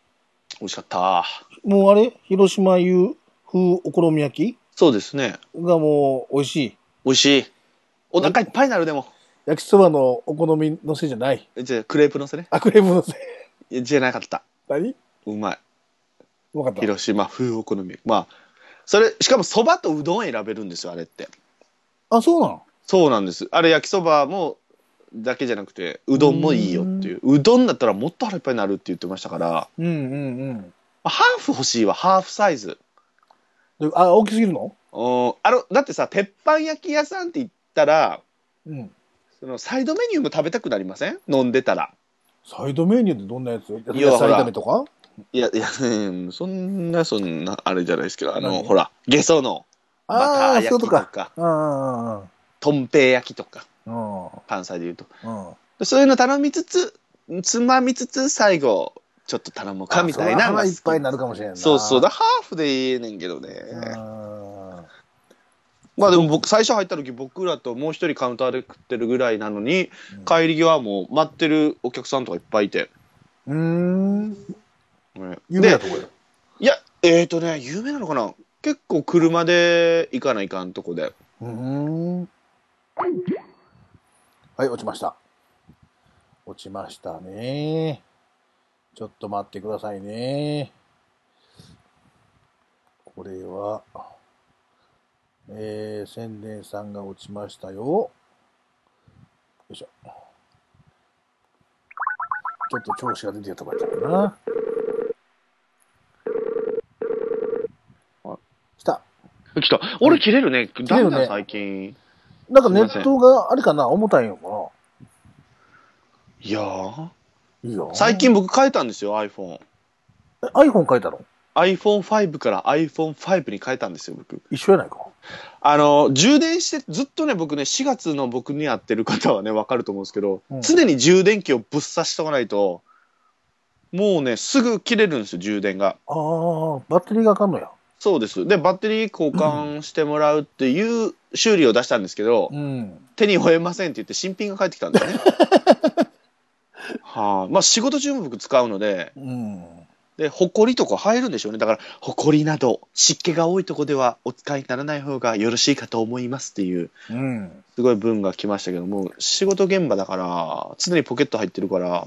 Speaker 2: 美味しかった
Speaker 1: う。もうあれ広島湯風お好み焼
Speaker 2: そうですね
Speaker 1: きがもう美味しい。
Speaker 2: 美味しいお腹いっぱいになるでも
Speaker 1: 焼きそばのお好みのせいじゃない。
Speaker 2: じゃあクレープのせね
Speaker 1: あ、クレームのせい。
Speaker 2: いやじゃなかった
Speaker 1: 何
Speaker 2: うまい
Speaker 1: わかった。
Speaker 2: 広島風お好み焼きまあそれしかもそばとうどん選べるんですよあれって
Speaker 1: あ、そうなの
Speaker 2: そうなんですあれ焼きそばもだけじゃなくてうどんもいいよっていううどんだったらもっと腹いっぱいになるって言ってましたからま
Speaker 1: うんうんうん。
Speaker 2: あハーフ欲しいわハーフサイズ
Speaker 1: であ、大きすぎるの
Speaker 2: うんあのだってさ鉄板焼き屋さんって言ったら
Speaker 1: うん。
Speaker 2: そのサイドメニューも食べたくなりません飲んでたら。
Speaker 1: サイドメニューってどんなやつ
Speaker 2: いや
Speaker 1: 野菜炒めとか
Speaker 2: いや、いや、うんそんな、そんな、あれじゃないですけど、あの、
Speaker 1: 何
Speaker 2: ほら、ゲソのバタ
Speaker 1: ああー、
Speaker 2: ー
Speaker 1: そうい
Speaker 2: 焼
Speaker 1: う
Speaker 2: き
Speaker 1: こととか。
Speaker 2: か、
Speaker 1: うんうん
Speaker 2: とんぺい焼きとか、
Speaker 1: うん
Speaker 2: 関西で言うと。
Speaker 1: うん。うん
Speaker 2: そういうの頼みつつ、つまみつつ、最後、ちょっと頼もうかみた
Speaker 1: あ
Speaker 2: いな。
Speaker 1: それは腹いっぱいに
Speaker 2: な。
Speaker 1: なるかもしれんない。
Speaker 2: そうそうだ、ハーフでいいねんけどね。
Speaker 1: うん
Speaker 2: まあでも僕、最初入った時、僕らともう一人カウンターで食ってるぐらいなのに、
Speaker 1: うん
Speaker 2: 帰り際もう待ってるお客さんとかいっぱいいて。
Speaker 1: うーん。
Speaker 2: ね
Speaker 1: 有名な
Speaker 2: で、
Speaker 1: とこよ。
Speaker 2: いや、えっ、ー、とね、有名なのかな結構車で行かないかんとこで。
Speaker 1: うーん。はい、落ちました。落ちましたね。ちょっと待ってくださいね。これは、えー、千年さんが落ちましたよ。よいしょ。ちょっと調子が出てきたばっかりだな。
Speaker 2: あ
Speaker 1: 来た。
Speaker 2: 来た。俺切れるね。
Speaker 1: れ
Speaker 2: ダ
Speaker 1: るね
Speaker 2: メだ、最近。
Speaker 1: なんか
Speaker 2: すい
Speaker 1: ネ
Speaker 2: ません
Speaker 1: ットがあれかな重たいのか
Speaker 2: いやー。
Speaker 1: ないいよ。
Speaker 2: 最。近僕変えたんですよ、iPhone。
Speaker 1: え iPhone 書いたの
Speaker 2: iPhone5 から iPhone5 に変えたんですよ、僕。
Speaker 1: 一緒やないか。
Speaker 2: あの、充電して、ずっとね、僕ね、4月の僕に会ってる方はね、わかると思うんですけど、
Speaker 1: うん
Speaker 2: 常に充電器をぶっ刺しておかないと、もうね、すぐ切れるんですよ、充電が。
Speaker 1: ああ、バッテリーがあかんのや。
Speaker 2: そうです。で、バッテリー交換してもらうっていう修理を出したんですけど、
Speaker 1: うん。
Speaker 2: 手に負えませんって言って新品が返ってきた んですね。はあ、まあ仕事中も僕使うので、
Speaker 1: うん。
Speaker 2: で、ほこりとか入るんでしょうね。だから、ほこりなど、湿気が多いとこではお使いにならない方がよろしいかと思いますっていう、
Speaker 1: うん。
Speaker 2: すごい文が来ましたけども、仕事現場だから、常にポケット入ってるから、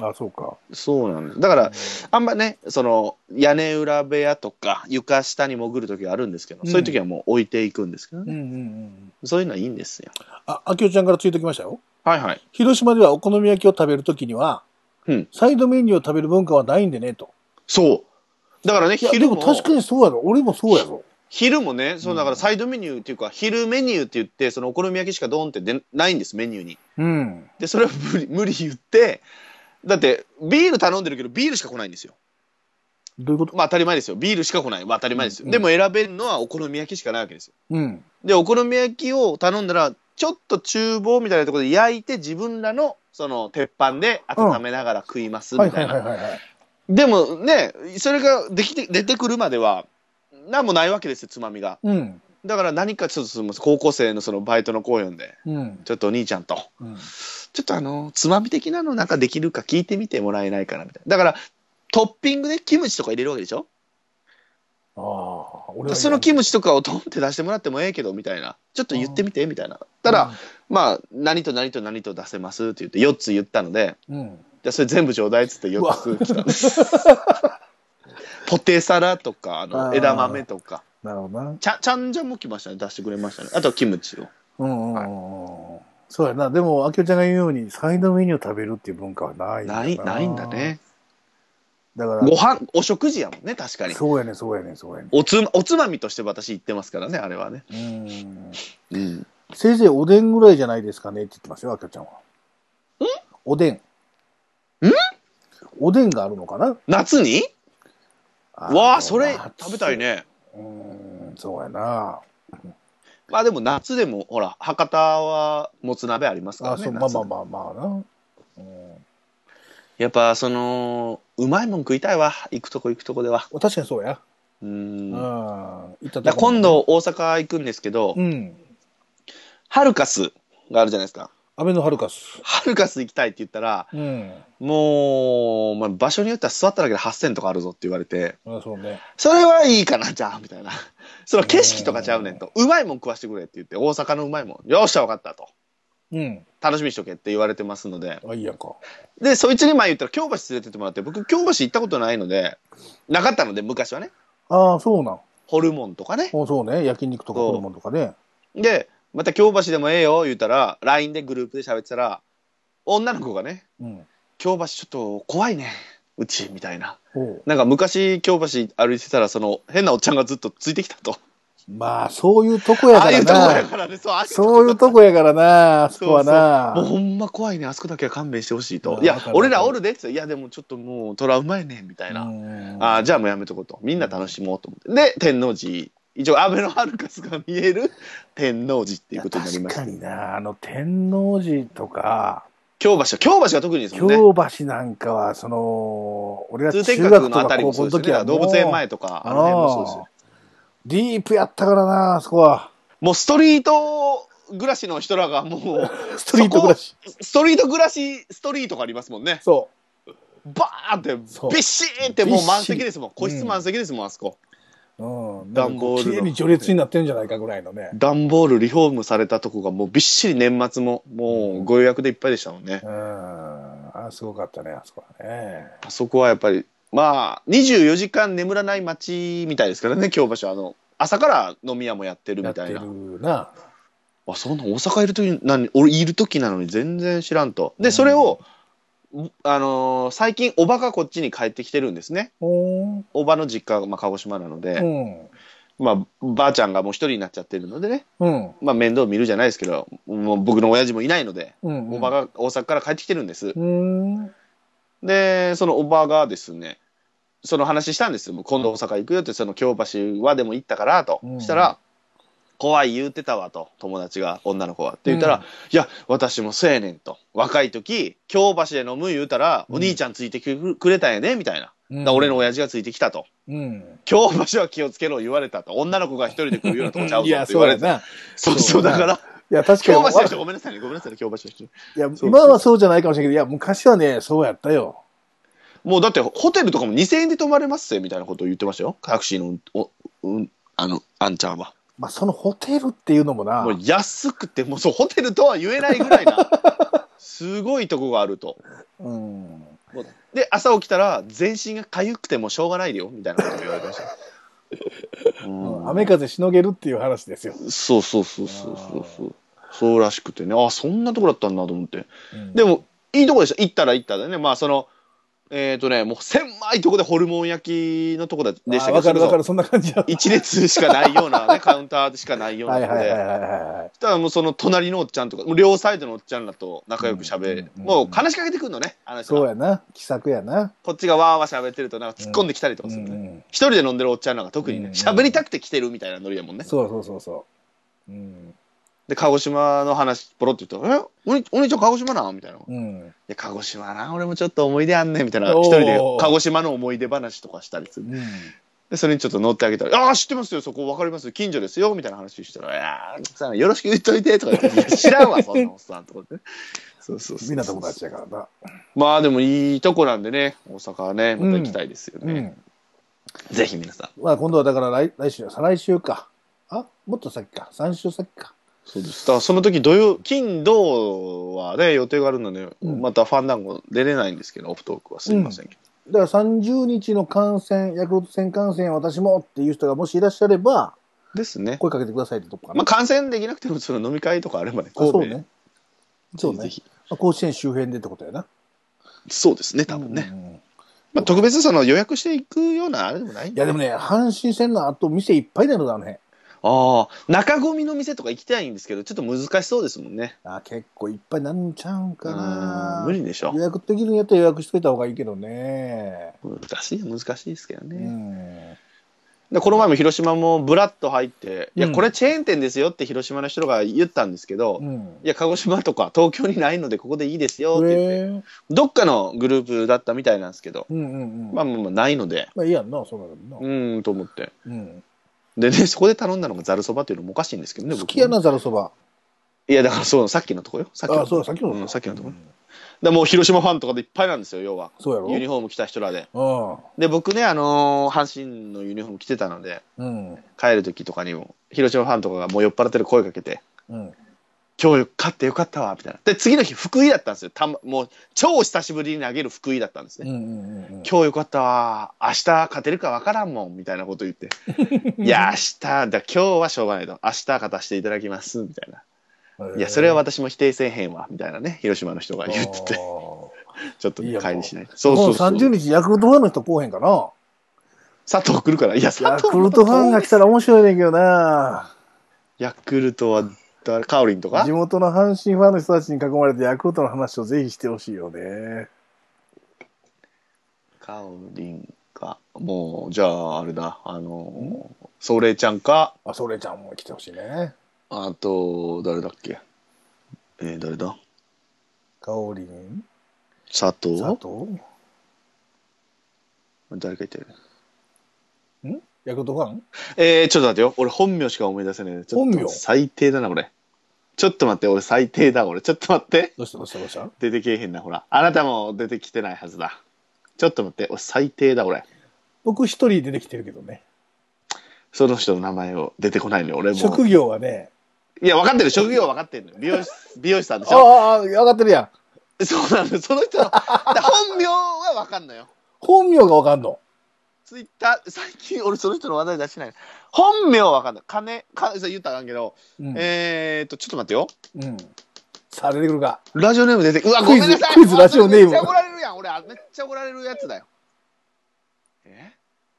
Speaker 1: あそうか。
Speaker 2: そうなんです。だから、あんまね、その、屋根裏部屋とか、床下に潜る時があるんですけど、
Speaker 1: うん
Speaker 2: そういう時はもう置いていくんですけど
Speaker 1: うん
Speaker 2: ね。
Speaker 1: うんうん。
Speaker 2: そういうのはいいんですよ。
Speaker 1: あ、あきおちゃんからついてきましたよ。
Speaker 2: はいはい。
Speaker 1: 広島ではお好み焼きを食べるときには、
Speaker 2: うん
Speaker 1: サイドメニューを食べる文化はないんでね、と。
Speaker 2: そう。だからね、
Speaker 1: いや、で
Speaker 2: 昼
Speaker 1: も
Speaker 2: も、
Speaker 1: 確かにそうやろ。俺もそうやろ。
Speaker 2: 昼もね、そうの
Speaker 1: ん
Speaker 2: だからサイドメニューっていうか、昼メニューって言って、そのお好み焼きしかドンって出ないんです、メニューに。
Speaker 1: うん。
Speaker 2: で、それは無理、無理言って、だって、ビール頼んでるけど、ビールしか来ないんですよ。
Speaker 1: どういうこと
Speaker 2: まあ当たり前ですよ。ビールしか来ない。まあ当たり前ですよ。
Speaker 1: うん
Speaker 2: でも選べるのはお好み焼きしかないわけですよ。
Speaker 1: うん。
Speaker 2: で、お好み焼きを頼んだら、ちょっと厨房みたいなところで焼いて、自分らの、その、鉄板で温めながら食います、
Speaker 1: はい
Speaker 2: み
Speaker 1: は
Speaker 2: た
Speaker 1: い
Speaker 2: い
Speaker 1: はいは
Speaker 2: な。
Speaker 1: いはい。
Speaker 2: でもね、それができて、出てくるまでは、何もないわけですよ、つまみが。
Speaker 1: うん。
Speaker 2: だから何かちょっとその高校生のそのバイトの講演で、
Speaker 1: うん。
Speaker 2: ちょっとお兄ちゃんと、
Speaker 1: うん。
Speaker 2: ちょっとあの、つまみ的なのなんかできるか聞いてみてもらえないかなみたいな。だから、トッピングでキムチとか入れるわけでしょ
Speaker 1: ああ、俺
Speaker 2: そのキ
Speaker 1: ム
Speaker 2: ムチとかをトンって出してもらってもええけど、みたいな。ちょっと言ってみて、みたいな。ただ、、まあ、何と何と何と出せますって言って4つ言ったので、
Speaker 1: うん。
Speaker 2: じゃあそれ全部ちょうだいっつって4つ来たんです。 ポテサラとか、あ
Speaker 1: あ
Speaker 2: の、
Speaker 1: ー
Speaker 2: 枝豆とか、
Speaker 1: なるほどな。
Speaker 2: ちゃ、ちゃんじゃんも来ましたね。出してくれましたね。あとはキムチを。
Speaker 1: うんうんうんうん。そうやな。でも、あきおちゃんが言うように、サイドメニューを食べるっていう文化はないんだ
Speaker 2: ない、ないんだね。。
Speaker 1: だから、
Speaker 2: ご飯、お食事やもんね、確かに。
Speaker 1: そうやね、そうやね、そうやね。
Speaker 2: おつま、おつまみとして私言ってますからね、あれはね。
Speaker 1: うん。
Speaker 2: うん。
Speaker 1: せいぜいおでんぐらいじゃないですかねって言ってますよ、あきおちゃんは。おでん。んおでんがあるのかな
Speaker 2: 夏に
Speaker 1: あ
Speaker 2: わあ、
Speaker 1: でも
Speaker 2: それ
Speaker 1: 夏
Speaker 2: 食べたいね。
Speaker 1: うん、そうやな。
Speaker 2: まあでも夏でも、ほら、博多はもつ鍋ありますか
Speaker 1: あ
Speaker 2: ら
Speaker 1: そ
Speaker 2: ね。
Speaker 1: う、まあ
Speaker 2: 夏
Speaker 1: まあまあまあな。うん
Speaker 2: やっぱ、その、うまいもん食いたいわ。行くとこ行くとこでは。
Speaker 1: 確かにそうや。
Speaker 2: う。
Speaker 1: うんん。
Speaker 2: だか
Speaker 1: 行ったとこ
Speaker 2: ら今、度大阪行くんですけど
Speaker 1: う、ん。
Speaker 2: ハルカスがあるじゃないですか。
Speaker 1: アベノハルカス。
Speaker 2: ハルカス行きたいって言ったら、
Speaker 1: うん。
Speaker 2: もう、まあ、場所によっては座っただけで8000とかあるぞって言われて、
Speaker 1: あそうね。
Speaker 2: それはいいかな、じゃあ、みたいな。 その景色とかちゃうねんと。うまいもん食わしてくれって言って、大阪のうまいもん。よっしゃ、わかったと。
Speaker 1: うん。
Speaker 2: 楽しみにしとけって言われてますので。
Speaker 1: あ、いいやんか。
Speaker 2: で、そいつに前言ったら、京橋連れてってもらって、僕、京橋行ったことないので、なかったので、昔はね。
Speaker 1: ああ、そうなん。
Speaker 2: ホルモンとかね。
Speaker 1: おそうね。焼肉とか
Speaker 2: そう
Speaker 1: ホルモンとかね。
Speaker 2: で、また京橋でもええよ、言うたら、LINE でグループで喋ってたら、女の子がね、
Speaker 1: うん。
Speaker 2: 京橋ちょっと怖いね、うち、みたいな。
Speaker 1: おう
Speaker 2: なんか昔、京橋歩いてたら、その、変なおっちゃんがずっとついてきたと。
Speaker 1: まあ、そういうとこや
Speaker 2: あ
Speaker 1: か
Speaker 2: あい
Speaker 1: ら
Speaker 2: うとこや
Speaker 1: な。
Speaker 2: からねそうああいうとこ
Speaker 1: そういうとこやからな、あそこは
Speaker 2: もう
Speaker 1: な。
Speaker 2: ほんま怖いねあそこだけは勘弁してほしいと
Speaker 1: うん
Speaker 2: いや
Speaker 1: わかる
Speaker 2: 俺らおるでって言ったらいやでもちょっともうトラウマやねんみたいな、
Speaker 1: うん
Speaker 2: あーじゃあもうやめとこうとみんな楽しもうと思ってで天王寺一応安倍のハルカスが見える 天王寺っていうことになりました
Speaker 1: 確かにな、あの天王寺とか、
Speaker 2: 京橋京橋が特にですもんね
Speaker 1: 京橋なんかは、その、俺ら
Speaker 2: 通天
Speaker 1: 中
Speaker 2: 閣
Speaker 1: 学と
Speaker 2: のあた
Speaker 1: か
Speaker 2: り
Speaker 1: 高
Speaker 2: も
Speaker 1: 校
Speaker 2: そう
Speaker 1: の
Speaker 2: です
Speaker 1: 時
Speaker 2: よね
Speaker 1: はもう
Speaker 2: 動物園前とかあの辺もそうですよ
Speaker 1: ディープやったからな、あそこは。
Speaker 2: もうストリート暮らしの人らがもう
Speaker 1: ストリート暮らし。
Speaker 2: ストリート暮らしストリートがありますもんね
Speaker 1: そ
Speaker 2: バーンって
Speaker 1: そう
Speaker 2: びっしーってもう満席ですもん
Speaker 1: びっ
Speaker 2: 個
Speaker 1: しり
Speaker 2: 室満席ですもん、あそこ
Speaker 1: う。うん。
Speaker 2: 段ボールの
Speaker 1: 綺麗に序列になってるんじゃないかぐらいのね。
Speaker 2: 段ボールリフォームされたとこがもうびっしり年末ももうご予約でいっぱいでしたもんね
Speaker 1: うん。あ、すごかったね、あそこはね。
Speaker 2: あそこはやっぱりまあ24時間眠らない街みたいですからね京橋はあの朝から飲み屋もやってる
Speaker 1: やっ
Speaker 2: みた
Speaker 1: て
Speaker 2: いな
Speaker 1: るな。
Speaker 2: あそんな大阪いる時な俺いる時なのに全然知らんとでそれを、あのー最近おばがこっちに帰ってきてるんですね
Speaker 1: おー
Speaker 2: おばの実家が、まあ、鹿児島なの
Speaker 1: う
Speaker 2: で、
Speaker 1: ん。
Speaker 2: まあばあちゃんがもう一人になっちゃってるのでね、
Speaker 1: うん。
Speaker 2: まあ、面倒見るじゃないですけどもう僕の親父もいないので、
Speaker 1: うん。
Speaker 2: おばが大阪から帰ってきてるんです
Speaker 1: う、ん。
Speaker 2: でそのおばがですねその話したんですよ今度大阪行くよってその京橋はでも行ったからと、
Speaker 1: うん
Speaker 2: したら怖い言うてたわと友達が女の子はって言ったら、
Speaker 1: うん
Speaker 2: いや私もそうやねんと若い時京橋で飲む言うたら、
Speaker 1: うん
Speaker 2: お兄ちゃんついてくれたんやねみたいな、
Speaker 1: うん
Speaker 2: だから俺の親父がついてきたと
Speaker 1: うん。
Speaker 2: 京橋は気をつけろ言われたと女の子が一人で来るようなとこちゃう
Speaker 1: い
Speaker 2: ぞ
Speaker 1: や、
Speaker 2: って
Speaker 1: そ
Speaker 2: 言
Speaker 1: う
Speaker 2: われ
Speaker 1: や
Speaker 2: て
Speaker 1: な。
Speaker 2: そうそうだから
Speaker 1: いや、確か
Speaker 2: 京
Speaker 1: に。
Speaker 2: 橋の人ごめんなさいねごめんなさいね京橋の人
Speaker 1: いや、
Speaker 2: そう
Speaker 1: 今はそうじゃないかもしれないけど、いや、昔はね、そうやったよ。
Speaker 2: もうだってホテルとかも2000円で泊まれますぜみたいなことを言ってましたよタクシーのおうんあのあんちゃんは
Speaker 1: まあ、そのホテルっていうのもな
Speaker 2: もう、安くてもうそうホテルとは言えないぐらい なすごいとこがあると
Speaker 1: うん。
Speaker 2: もうで朝起きたら全身が痒くてもしょうがないよみたいなことを言われてましたうん
Speaker 1: 雨風しのげるっていう話ですよ。
Speaker 2: そうそうそうそうそうそうそうらしくてねあそんなとこだったんだと思って
Speaker 1: うん
Speaker 2: で、もいいとこでした行ったら行ったでねまあそのえっ、とねもう狭いとこでホルモン焼きのとこだでしたけ
Speaker 1: あわ
Speaker 2: ど
Speaker 1: かる
Speaker 2: それこそ
Speaker 1: わかる、そんな感じだ。
Speaker 2: 一列しかないよ うなねカウンターしかないよう
Speaker 1: は
Speaker 2: ないと
Speaker 1: はい
Speaker 2: こで、
Speaker 1: はいはいは
Speaker 2: ただもうその隣のおっちゃんとかもう両サイドのおっちゃんらと仲良くしゃべ
Speaker 1: うんうん
Speaker 2: る、
Speaker 1: うんうん
Speaker 2: もう話しかけてくるのねあの
Speaker 1: い。
Speaker 2: 人
Speaker 1: そう
Speaker 2: が
Speaker 1: やな。気さくやな。
Speaker 2: こっちがわーわーしゃべってるとなんか突っ込んできたりと
Speaker 1: う
Speaker 2: か
Speaker 1: ん
Speaker 2: するね、
Speaker 1: うん。
Speaker 2: 一人で飲んでるおっちゃんらが特に
Speaker 1: うん
Speaker 2: ね
Speaker 1: うん
Speaker 2: 喋りたくて来てるみたいなノリやもんね
Speaker 1: そうそうそうそう。うん。
Speaker 2: で鹿児島の話ポロって言ったら「えおにお兄ちゃん鹿児島な?」みたいな「い
Speaker 1: うん。
Speaker 2: や鹿児島な俺もちょっと思い出あんねん」みたいな
Speaker 1: おー
Speaker 2: 一人で鹿児島の思い出話とかしたりする
Speaker 1: うん。
Speaker 2: でそれにちょっと乗ってあげたら「ああー知ってますよそこ分かりますよ近所ですよ」みたいな話したら「いやーさんよろしく言っといて」とか言っ ていや「知らんわそんなおっさん」とかってねそうそうそう
Speaker 1: みんな友達やからな。
Speaker 2: まあでもいいとこなんでね大阪はねまた行きたいですよ
Speaker 1: う
Speaker 2: ね、
Speaker 1: ん。
Speaker 2: ぜひ皆さん
Speaker 1: まあ、今度はだから来来週、再来週か。あもっと先か。3週先か。
Speaker 2: そうですだからその時土曜金土はね予定があるので、
Speaker 1: うん
Speaker 2: またファンダンゴ出れないんですけどオフトークはすいませんけど、
Speaker 1: だから30日の感染、ヤクルト戦感染、私もっていう人がもしいらっしゃれば、
Speaker 2: ですね
Speaker 1: 声かけてくださいってとこかな。
Speaker 2: まあ感染できなくてもその飲み会とかあればね
Speaker 1: あ、
Speaker 2: 神戸
Speaker 1: そうね。そう
Speaker 2: ぜ
Speaker 1: ね。
Speaker 2: ひ
Speaker 1: まあ甲子園周辺でってことやな。
Speaker 2: そうですね多分ね、
Speaker 1: うん
Speaker 2: まあ、特別その予約していくようなあれでもないん
Speaker 1: いやでもね、阪神戦の後、店いっぱいだよ、あの辺。
Speaker 2: ああ、中込みの店とか行きたいんですけど、ちょっと難しそうですもんね。
Speaker 1: あ結構いっぱいなんちゃうんかな
Speaker 2: うん無理でしょ
Speaker 1: 予。約できるんやったら予約しといた方がいいけどね。
Speaker 2: 難しい、難しいですけど
Speaker 1: う
Speaker 2: ね。
Speaker 1: ん。
Speaker 2: でこの前も広島もブラッと入って、いや、
Speaker 1: うん
Speaker 2: これチェーン店ですよって広島の人が言ったんですけど、
Speaker 1: う
Speaker 2: い
Speaker 1: ん。
Speaker 2: や、鹿児島とか東京にないのでここでいいですよって言って、
Speaker 1: えー、
Speaker 2: どっかのグループだったみたいなんですけど、
Speaker 1: うんうんうん。
Speaker 2: ま
Speaker 1: ま
Speaker 2: あまあまあないので、
Speaker 1: あいいやんな、そうなるな
Speaker 2: う。ーんと思って。
Speaker 1: うん。
Speaker 2: でね、そこで頼んだのがざるそばっていうのもおかしいんですけどね、
Speaker 1: 好きや
Speaker 2: 僕も
Speaker 1: な、ざるそば。
Speaker 2: いや、だからそう、さっきのとこよ。さっきの
Speaker 1: あ、そう、さっきの
Speaker 2: うんさっきのとこ
Speaker 1: う
Speaker 2: ね。
Speaker 1: ん
Speaker 2: でもう広島ファンとかでいっぱいなんですよ、要は。
Speaker 1: そうやろ
Speaker 2: ユニフォーム着た人らで。
Speaker 1: う
Speaker 2: で僕ねあのー阪神のユニフォーム着てたので
Speaker 1: ん。うん。
Speaker 2: 帰る時とかにも広島ファンとかがもう酔っ払ってる声かけて
Speaker 1: うん。
Speaker 2: 「今日よ勝ってよかったわ」みたいなで次の日福井だったんですよた、ま、もう超久しぶりに投げる福井だったんです
Speaker 1: う
Speaker 2: ね、
Speaker 1: んうんうん。
Speaker 2: 今日よかったわ明日勝てるかわからんもんみたいなこ と言って「いや明日だ今日はしょうがないと明日勝たせていただきます」みたいな「いやそれは私も否定せえへんわ」みたいなね広島の人が
Speaker 1: は
Speaker 2: 言ってて。ちょっと
Speaker 1: いい
Speaker 2: ね
Speaker 1: やんか
Speaker 2: 帰りしないそうそうそ
Speaker 1: もう
Speaker 2: う
Speaker 1: 30日、ヤクルトファンの人来おへんかな。
Speaker 2: 佐藤来るから。いや、佐
Speaker 1: ヤ
Speaker 2: 藤
Speaker 1: クルトファンが来たら面白いねんけどな
Speaker 2: ヤクルトは誰、カオリンとか
Speaker 1: 地元の阪神ファンの人たちに囲まれてヤクルトの話をぜひしてほしいよね。
Speaker 2: カオリンか。もう、じゃあ、あれだ。あのー、ソウレイちゃんか、
Speaker 1: あ、それちゃんも来てほしいね。
Speaker 2: あと、誰だっけえー、誰だ
Speaker 1: カオリン、
Speaker 2: 佐藤
Speaker 1: 佐藤
Speaker 2: 誰かいたよね。
Speaker 1: んヤクルトファン
Speaker 2: えー、ちょっと待ってよ。俺本名しか思い出せない。ちょっと
Speaker 1: 本名
Speaker 2: 最低だな、俺。ちょっと待って、俺最低だ、俺。ちょっと待って。
Speaker 1: どうしたどうしたどうした
Speaker 2: 出てけえへんな、ほら。あなたも出てきてないはずだ。ちょっと待って、俺最低だ、俺。
Speaker 1: 僕一人出てきてるけどね。
Speaker 2: その人の名前を出てこないのよ、俺も
Speaker 1: 職。業はね、
Speaker 2: いや、分かってる、職業分かってるのよ。美容師、美容師さんでしょ。
Speaker 1: ああ、上がってるやん。
Speaker 2: そうなのよ、その人の、だから本名は分かんのよ。
Speaker 1: 本名がわかんの。
Speaker 2: ツイッター、最近俺その人の話題出してないの。本名は分かんない。金、金、そう言ったらあかんけど、
Speaker 1: うん。
Speaker 2: えーっと、ちょっと待ってよ。
Speaker 1: うん、さあ、出てくるか。
Speaker 2: ラジオネーム出て、うわ、
Speaker 1: ク
Speaker 2: ご
Speaker 1: イズ
Speaker 2: めんなさい。
Speaker 1: クイズラジオネーム
Speaker 2: めっちゃ怒られるやん、俺。めっちゃ怒られるやつだよ。え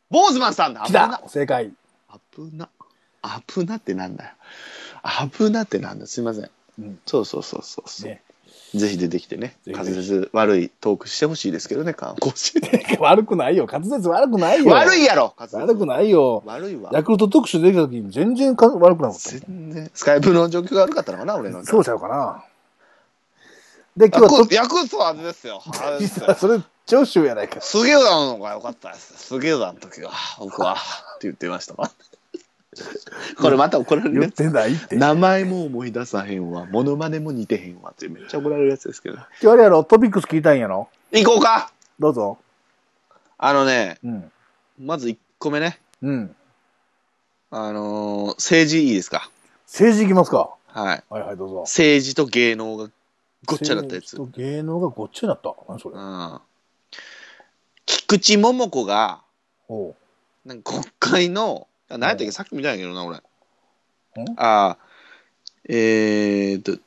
Speaker 2: ボーズマンさんだ。
Speaker 1: 来
Speaker 2: 危な
Speaker 1: た。正解。
Speaker 2: 危な。危なってなんだよ。危なってなんだよ。すいません。
Speaker 1: うん
Speaker 2: そうそうそうそうそう、
Speaker 1: ね、
Speaker 2: ぜひ出てきてね。
Speaker 1: ぜひぜ
Speaker 2: 滑
Speaker 1: ひ
Speaker 2: 舌悪いトークしてほしいですけどね、観光地
Speaker 1: 悪くないよ。滑舌悪くないよ。
Speaker 2: 悪いやろ、滑舌
Speaker 1: 悪くないよ。
Speaker 2: 悪いわ。
Speaker 1: ヤクルト特集できた時に全然か悪くなかった。
Speaker 2: 全然。スカイプの状況が悪かったのかな、俺の。
Speaker 1: そうちゃうかな。で、
Speaker 2: ヤ
Speaker 1: 今日は
Speaker 2: クヤクルトはあれですよ。あれです
Speaker 1: 実
Speaker 2: よ
Speaker 1: はそれ、長州やないか。
Speaker 2: すげえだのが良かったです。すげえだの時は、僕は。って言ってま したわ。これまた怒られる
Speaker 1: 言
Speaker 2: や
Speaker 1: っ
Speaker 2: つ。
Speaker 1: てないって。今
Speaker 2: 名前も思い出さへんわ。モノマネも似てへんわ。ってめっちゃ怒られるやつですけど。
Speaker 1: 日あれやろ、トピックス聞いたんやろ
Speaker 2: 行こうか
Speaker 1: どうぞ。
Speaker 2: あのね、
Speaker 1: うん。
Speaker 2: まず1個目ね。
Speaker 1: うん。
Speaker 2: あのー政治いいですか
Speaker 1: 政治いきますか。
Speaker 2: はい。
Speaker 1: はいはい、どうぞ。
Speaker 2: 政治と芸能がごっちゃだったやつ。う
Speaker 1: 政治と芸能がごっちゃになった。何それ。
Speaker 2: ん。菊池桃子が、
Speaker 1: おう
Speaker 2: なんか国会の、あ何やったっけさっき見たんやけどな、俺。
Speaker 1: ん
Speaker 2: ああ、えーっと、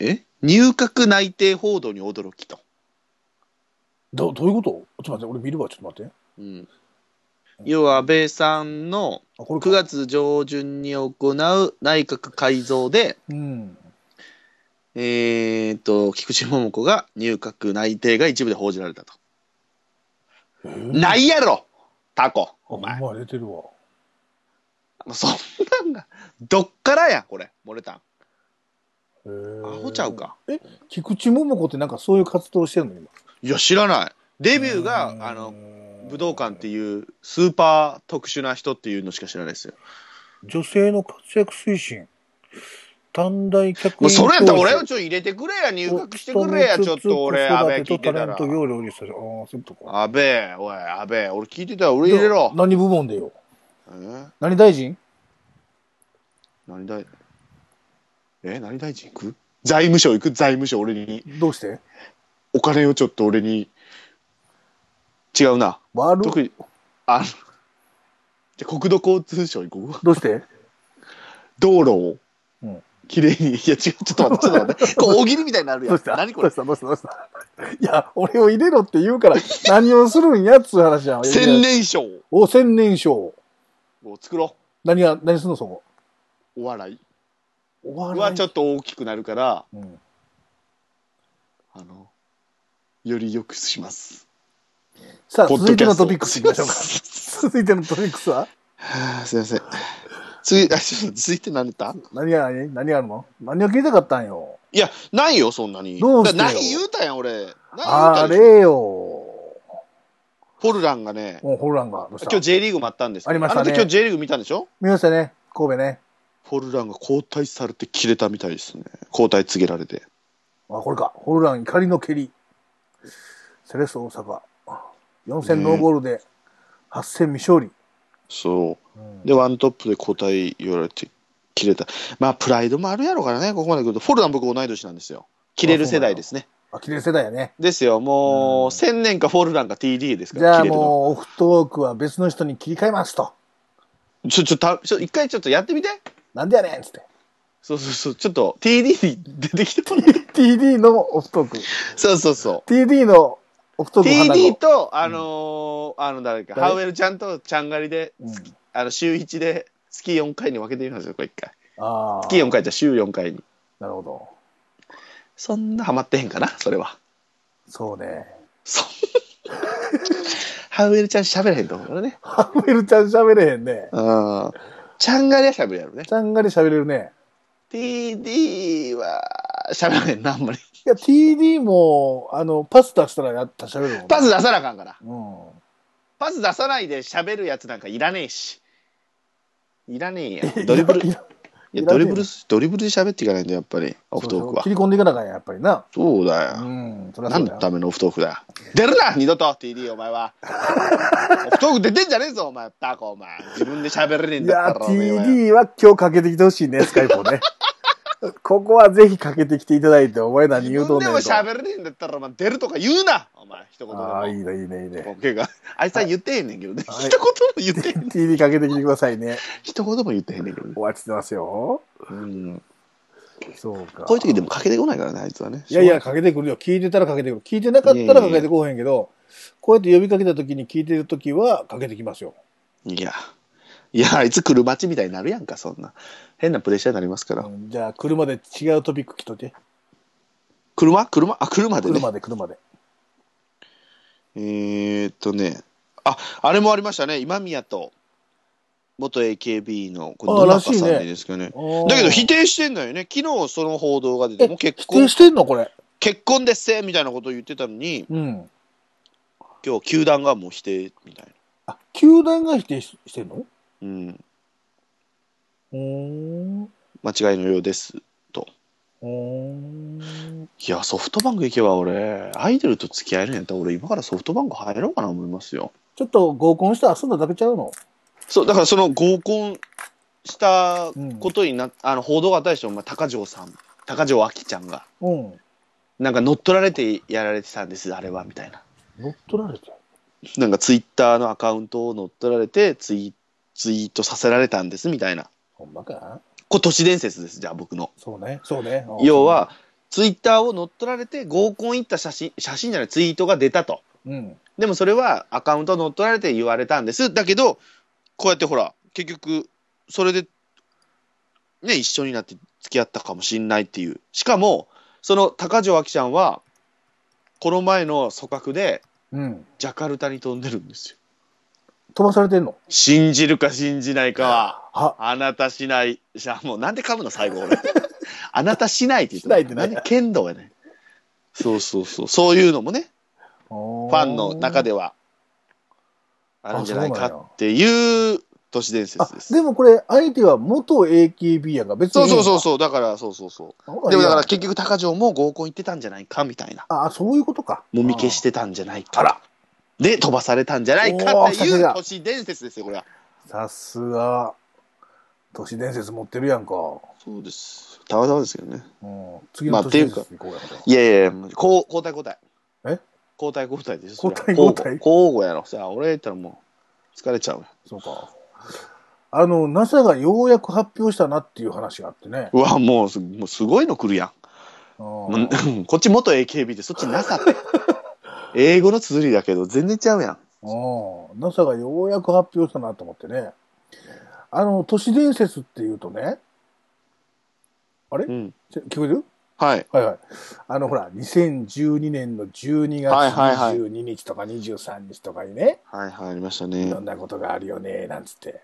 Speaker 2: え入閣内定報道に驚きと。
Speaker 1: どどういうことちょっと待って、俺見るわ、ちょっと待って。
Speaker 2: うん。要は安倍さんの
Speaker 1: あ、これか
Speaker 2: 9月上旬に行う内閣改造で、
Speaker 1: うん。
Speaker 2: えーっと、菊池桃子が入閣内定が一部で報じられたと。
Speaker 1: えー
Speaker 2: ないやろタコ。
Speaker 1: あ、
Speaker 2: お前。
Speaker 1: ほんまや出てるわ。
Speaker 2: もうそんなんが、どっからやん、これ。漏れたん。
Speaker 1: ア
Speaker 2: アホちゃう。か。
Speaker 1: 菊池桃子ってなんかそういう活動してんの今。
Speaker 2: いや、知らない。デビューが、あの、、武道館っていうスーパー特殊な人っていうのしか知らないですよ。
Speaker 1: 女性の活躍推進。短大客員
Speaker 2: もうそれやったら俺を
Speaker 1: 教
Speaker 2: ちょっと入れてくれや、入
Speaker 1: 授
Speaker 2: 閣してくれや、ちょっと俺、安倍聞いてた
Speaker 1: 子育。てとタ
Speaker 2: ら
Speaker 1: レント業を両立するああ、そういうことか。
Speaker 2: 安倍、おい、安倍、俺聞いてたら俺入れろ。
Speaker 1: 何部門でよ。
Speaker 2: え
Speaker 1: 何大臣
Speaker 2: 何大え何大臣行く財務省行く財務省俺に。
Speaker 1: どうして
Speaker 2: お金をちょっと俺に。違うな。
Speaker 1: ワール
Speaker 2: 特に、あの、じゃあ国土交通省行こう。
Speaker 1: どうして
Speaker 2: 道路を
Speaker 1: うん。
Speaker 2: 綺麗 に。いや、違う、ちょっと待って、ちょっと待 って。こう大喜利みたいになるや
Speaker 1: どうんし。た
Speaker 2: 何こ
Speaker 1: どう
Speaker 2: れ
Speaker 1: し。たどうしたどうした いや、俺を入れろって言う から、何をするんやっつう話やん。
Speaker 2: 千年賞
Speaker 1: お、千年賞。
Speaker 2: を作ろ
Speaker 1: 何が、何すんのそこ。
Speaker 2: う。お笑い。
Speaker 1: お笑い
Speaker 2: はちょっと大きくなるから、
Speaker 1: うん
Speaker 2: あの、より良くします。
Speaker 1: さあ、
Speaker 2: ポッ
Speaker 1: 続
Speaker 2: ド
Speaker 1: い
Speaker 2: キ
Speaker 1: て
Speaker 2: ャ
Speaker 1: の
Speaker 2: スト
Speaker 1: トピックスいきましょうか。続いてのトピックスは
Speaker 2: はあ すいません。次、あ、ちょっと続いて何だった
Speaker 1: 何が何何があるの何を聞いたかったんよ。
Speaker 2: いや、ないよ、そんなに。
Speaker 1: どうしてよ
Speaker 2: だから何言うたやん、俺。何言うた
Speaker 1: あ
Speaker 2: でしょ
Speaker 1: れよ。
Speaker 2: ホルランがね、
Speaker 1: もうホルランが。どうした
Speaker 2: 今日 J リーグもあったんですけど
Speaker 1: ありましたね
Speaker 2: あなた今日 J リーグ見たんでしょ
Speaker 1: 見ましたね。神戸ね。
Speaker 2: ホルランが交代されて切れたみたいですね。交代告げられて。
Speaker 1: あ、これか。ホルラン怒りの蹴り。セレッソ大阪。4戦ノーゴールで8戦未勝利。
Speaker 2: そうう。で、ワントップで交代言われて切れた。まあ、プライドもあるやろうからね、ここまで来ると。ホルラン僕同い年なんですよ。切れる世代ですね。
Speaker 1: あ、綺麗世代やね。
Speaker 2: ですよ、
Speaker 1: う
Speaker 2: もうん千年かフォルダンか TD ですか
Speaker 1: じ
Speaker 2: ら、
Speaker 1: ゃあ
Speaker 2: 切れるの。
Speaker 1: もうオフトークは別の人に切り替えますと。
Speaker 2: ちょ、ちょ、たちょ一回ちょっとやってみて。
Speaker 1: なんでやねんっつって。
Speaker 2: そうそうそう、ちょっと TD に出てきてもらって。
Speaker 1: TD のオフトーク。
Speaker 2: そうそうそ
Speaker 1: TD のオクトーブ花
Speaker 2: TD
Speaker 1: 子。
Speaker 2: と、あのーあの誰か、
Speaker 1: 誰
Speaker 2: ハウエルちゃんとちゃんがりで、
Speaker 1: うん
Speaker 2: あの週1で月4回に分けてみましょうか、一回。
Speaker 1: ああ。
Speaker 2: 月4回じゃ週4回に。
Speaker 1: なるほど。
Speaker 2: そんなハマってへんかな、それは。
Speaker 1: そうね。
Speaker 2: そん ハウエルちゃん喋らへんと思うからね。
Speaker 1: ハムエルちゃん喋れへんね。
Speaker 2: うん。ちゃんがりは喋るやろね。
Speaker 1: ちゃんがり喋れるね。
Speaker 2: TD は喋らへんな、あんまり。
Speaker 1: いや、TD も、あの、パス出したらやった喋るもん、ね。
Speaker 2: パス出さなあかんから。
Speaker 1: うん。
Speaker 2: パス出さないで喋るやつなんかいらねえし。いらねえやん。ドリブル。い
Speaker 1: いや
Speaker 2: や、
Speaker 1: いら
Speaker 2: ド
Speaker 1: ねえ
Speaker 2: リブル、ドリブルで喋っていかないと、やっぱり、オフトークは
Speaker 1: 切。り込んでいかなあかんやん、やっぱりな。
Speaker 2: そうだよ。
Speaker 1: うん。そりゃそ
Speaker 2: 何
Speaker 1: う
Speaker 2: の
Speaker 1: だ
Speaker 2: た
Speaker 1: よ。
Speaker 2: めのオフトークだよ。出るな、二度と、TD、お前 は。オフトーク出てんじゃねえぞ、お前、バカ、お前。自分で喋れねえん
Speaker 1: い
Speaker 2: だ
Speaker 1: や
Speaker 2: ったら、お前は。
Speaker 1: TD は今日かけてきてほしいね、スカイプを ね。ここはぜひかけてきていただいて、お前何
Speaker 2: 自
Speaker 1: 言うと
Speaker 2: 分
Speaker 1: んね
Speaker 2: で
Speaker 1: ん
Speaker 2: も
Speaker 1: と。
Speaker 2: 喋れねえんだったら、お前、出るとか言うな、お前、一言でも。
Speaker 1: ああ、いいね、いいね、いいね。
Speaker 2: ボケがあいつは言ってへんねんけどね。
Speaker 1: はい
Speaker 2: 一言も言ってへん、
Speaker 1: TD かけてきてくださいね。
Speaker 2: 一言も言ってへんねんけどね。
Speaker 1: お待ちしてますよ。
Speaker 2: うん
Speaker 1: そうか。
Speaker 2: こういう時でもかけてこないからね、あいつはね。
Speaker 1: いやいや、かけてくるよ。聞いてたらかけてくる。聞いてなかったらかけてこうへんけど、こうやって呼びかけた時に聞いてる時はかけてきますよ。
Speaker 2: いや。いや、あいつ来る街みたいになるやんか、そんな。変なプレッシャーになりますから。
Speaker 1: うんじゃあ、車で違うトピック来といて。
Speaker 2: 車車あ、車でね。
Speaker 1: 車で、車で。
Speaker 2: えー、っとね。あ、あれもありましたね。今宮と、元 AKB の、こ
Speaker 1: あ
Speaker 2: れ、野中
Speaker 1: らしい
Speaker 2: さん
Speaker 1: ね
Speaker 2: でですけどね。だ
Speaker 1: だ
Speaker 2: けど否定してんだよね。昨日その報道が出て、
Speaker 1: え
Speaker 2: もう結
Speaker 1: 否定
Speaker 2: 婚、
Speaker 1: してんのこれ。
Speaker 2: 結婚ですせみたいなことを言ってたのに、
Speaker 1: うん。
Speaker 2: 今日球団がもう否定みたいな。
Speaker 1: あ、球団が否定ししてんの
Speaker 2: うん。
Speaker 1: うーん。う
Speaker 2: 間違いのようです
Speaker 1: ーん。
Speaker 2: いやソフトバンク行けば俺アイドルと付き合えるんやったら俺今からソフトバンク入ろうかな思いますよ
Speaker 1: ちょっと合コンして遊んだだけちゃうの
Speaker 2: そうだからその合コンしたことになっ、あの報道があったでしょ、まあ、高城さん高城あきちゃんが
Speaker 1: うん。
Speaker 2: なんか乗っ取られてやられてたんですあれはみたいな
Speaker 1: 乗っ取られて。
Speaker 2: なんかツイッターのアカウントを乗っ取られてツイツイートさせられたんですみたいな
Speaker 1: ほんまか
Speaker 2: これ都市伝説ですじゃあ僕の
Speaker 1: そうね。そうね。うん
Speaker 2: 要、はツイッターを乗っ取られて合コン行った写真写真じゃないツイートが出たと
Speaker 1: うん。
Speaker 2: でもそれはアカウント乗っ取られて言われたんです。だけど、こうやってほら、結局、それで、ね、一緒になって付き合ったかもしんないっていう。しかも、その高城あきちゃんは、この前の組閣で、
Speaker 1: うん。
Speaker 2: ジャカルタに飛んでるんですよ。
Speaker 1: 飛ばされてんの
Speaker 2: 信じるか信じないかは、
Speaker 1: は、
Speaker 2: あなたしない。じゃあもう、なんで噛むの、最後俺。 あなたしないって言っ
Speaker 1: し
Speaker 2: て
Speaker 1: ないってね
Speaker 2: んで剣道やね。そうそうそう。そういうのもね、
Speaker 1: フ
Speaker 2: ファンの中。ではあるんじゃないかっていう都市伝
Speaker 1: あ
Speaker 2: 説で、す。
Speaker 1: でもこれ、相手は元 AKB やんか。別に
Speaker 2: そう
Speaker 1: いいの
Speaker 2: そう
Speaker 1: か。
Speaker 2: そうそう、だからそうそうそうう。
Speaker 1: ん
Speaker 2: でもだから結局高城も合コン行ってたんじゃないかみたいな。
Speaker 1: ああ、そういうことか。
Speaker 2: もみ消し
Speaker 1: あ
Speaker 2: てたんじゃない
Speaker 1: あ
Speaker 2: か。
Speaker 1: ら
Speaker 2: で、飛ばされたんじゃないかってい
Speaker 1: おーさす
Speaker 2: う
Speaker 1: が
Speaker 2: 都市伝説ですよ、これは。
Speaker 1: あ。さすが、都市伝説持ってるやんか。
Speaker 2: そうです。たまたまですけどね。
Speaker 1: うん。次
Speaker 2: まあ
Speaker 1: の都市伝説行こうやんか。
Speaker 2: いやいやいや、こう交代交代。
Speaker 1: え
Speaker 2: 交代交代ですよ。
Speaker 1: 交代交代
Speaker 2: そりゃ交互交互やろ。さあ、俺言ったらもう疲れちゃうよ。
Speaker 1: そうか。あの、NASA がようやく発表したなっていう話があってね。
Speaker 2: うわ、もうすもうすごいの来るやん。
Speaker 1: う
Speaker 2: も
Speaker 1: ん
Speaker 2: うこっち元 AKB でそっち NASA って英語の綴りだけど全然ちゃうやん
Speaker 1: うん NASA がようやく発表したなと思ってね。あの、都市伝説っていうとね、
Speaker 2: うん
Speaker 1: ちょ聞こえる
Speaker 2: はい
Speaker 1: はいはい。あの、ほら、2012年の12月
Speaker 2: はいはいはい
Speaker 1: 22日とか23日とかにね、
Speaker 2: はいはいありました
Speaker 1: い
Speaker 2: ね
Speaker 1: ろんなことがあるよね、なんつって、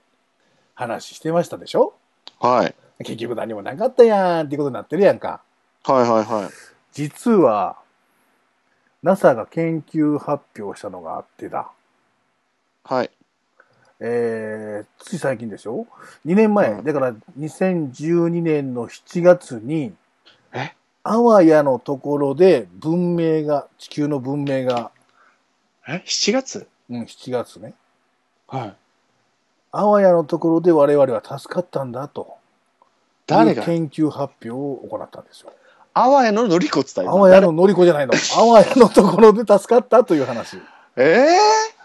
Speaker 1: 話してましたでしょ
Speaker 2: はい
Speaker 1: 結局何もなかったやんってことになってるやんか。
Speaker 2: はいはいはい
Speaker 1: 実は、NASA が研究発表したのがあってだ。
Speaker 2: はい
Speaker 1: えー、つい最近でしょ ?2 年前、
Speaker 2: うん
Speaker 1: だから2012年の7月に、
Speaker 2: え
Speaker 1: あわやのところで文明が、地球の文明が、
Speaker 2: え7月
Speaker 1: うん、7月ね。
Speaker 2: はい
Speaker 1: あわやのところで我々は助かったんだと。
Speaker 2: 誰が
Speaker 1: いう研究発表を行ったんですよ。
Speaker 2: あわやののりこ伝え
Speaker 1: あわやののりこじゃないの。あわやのところで助かったという話。
Speaker 2: ええ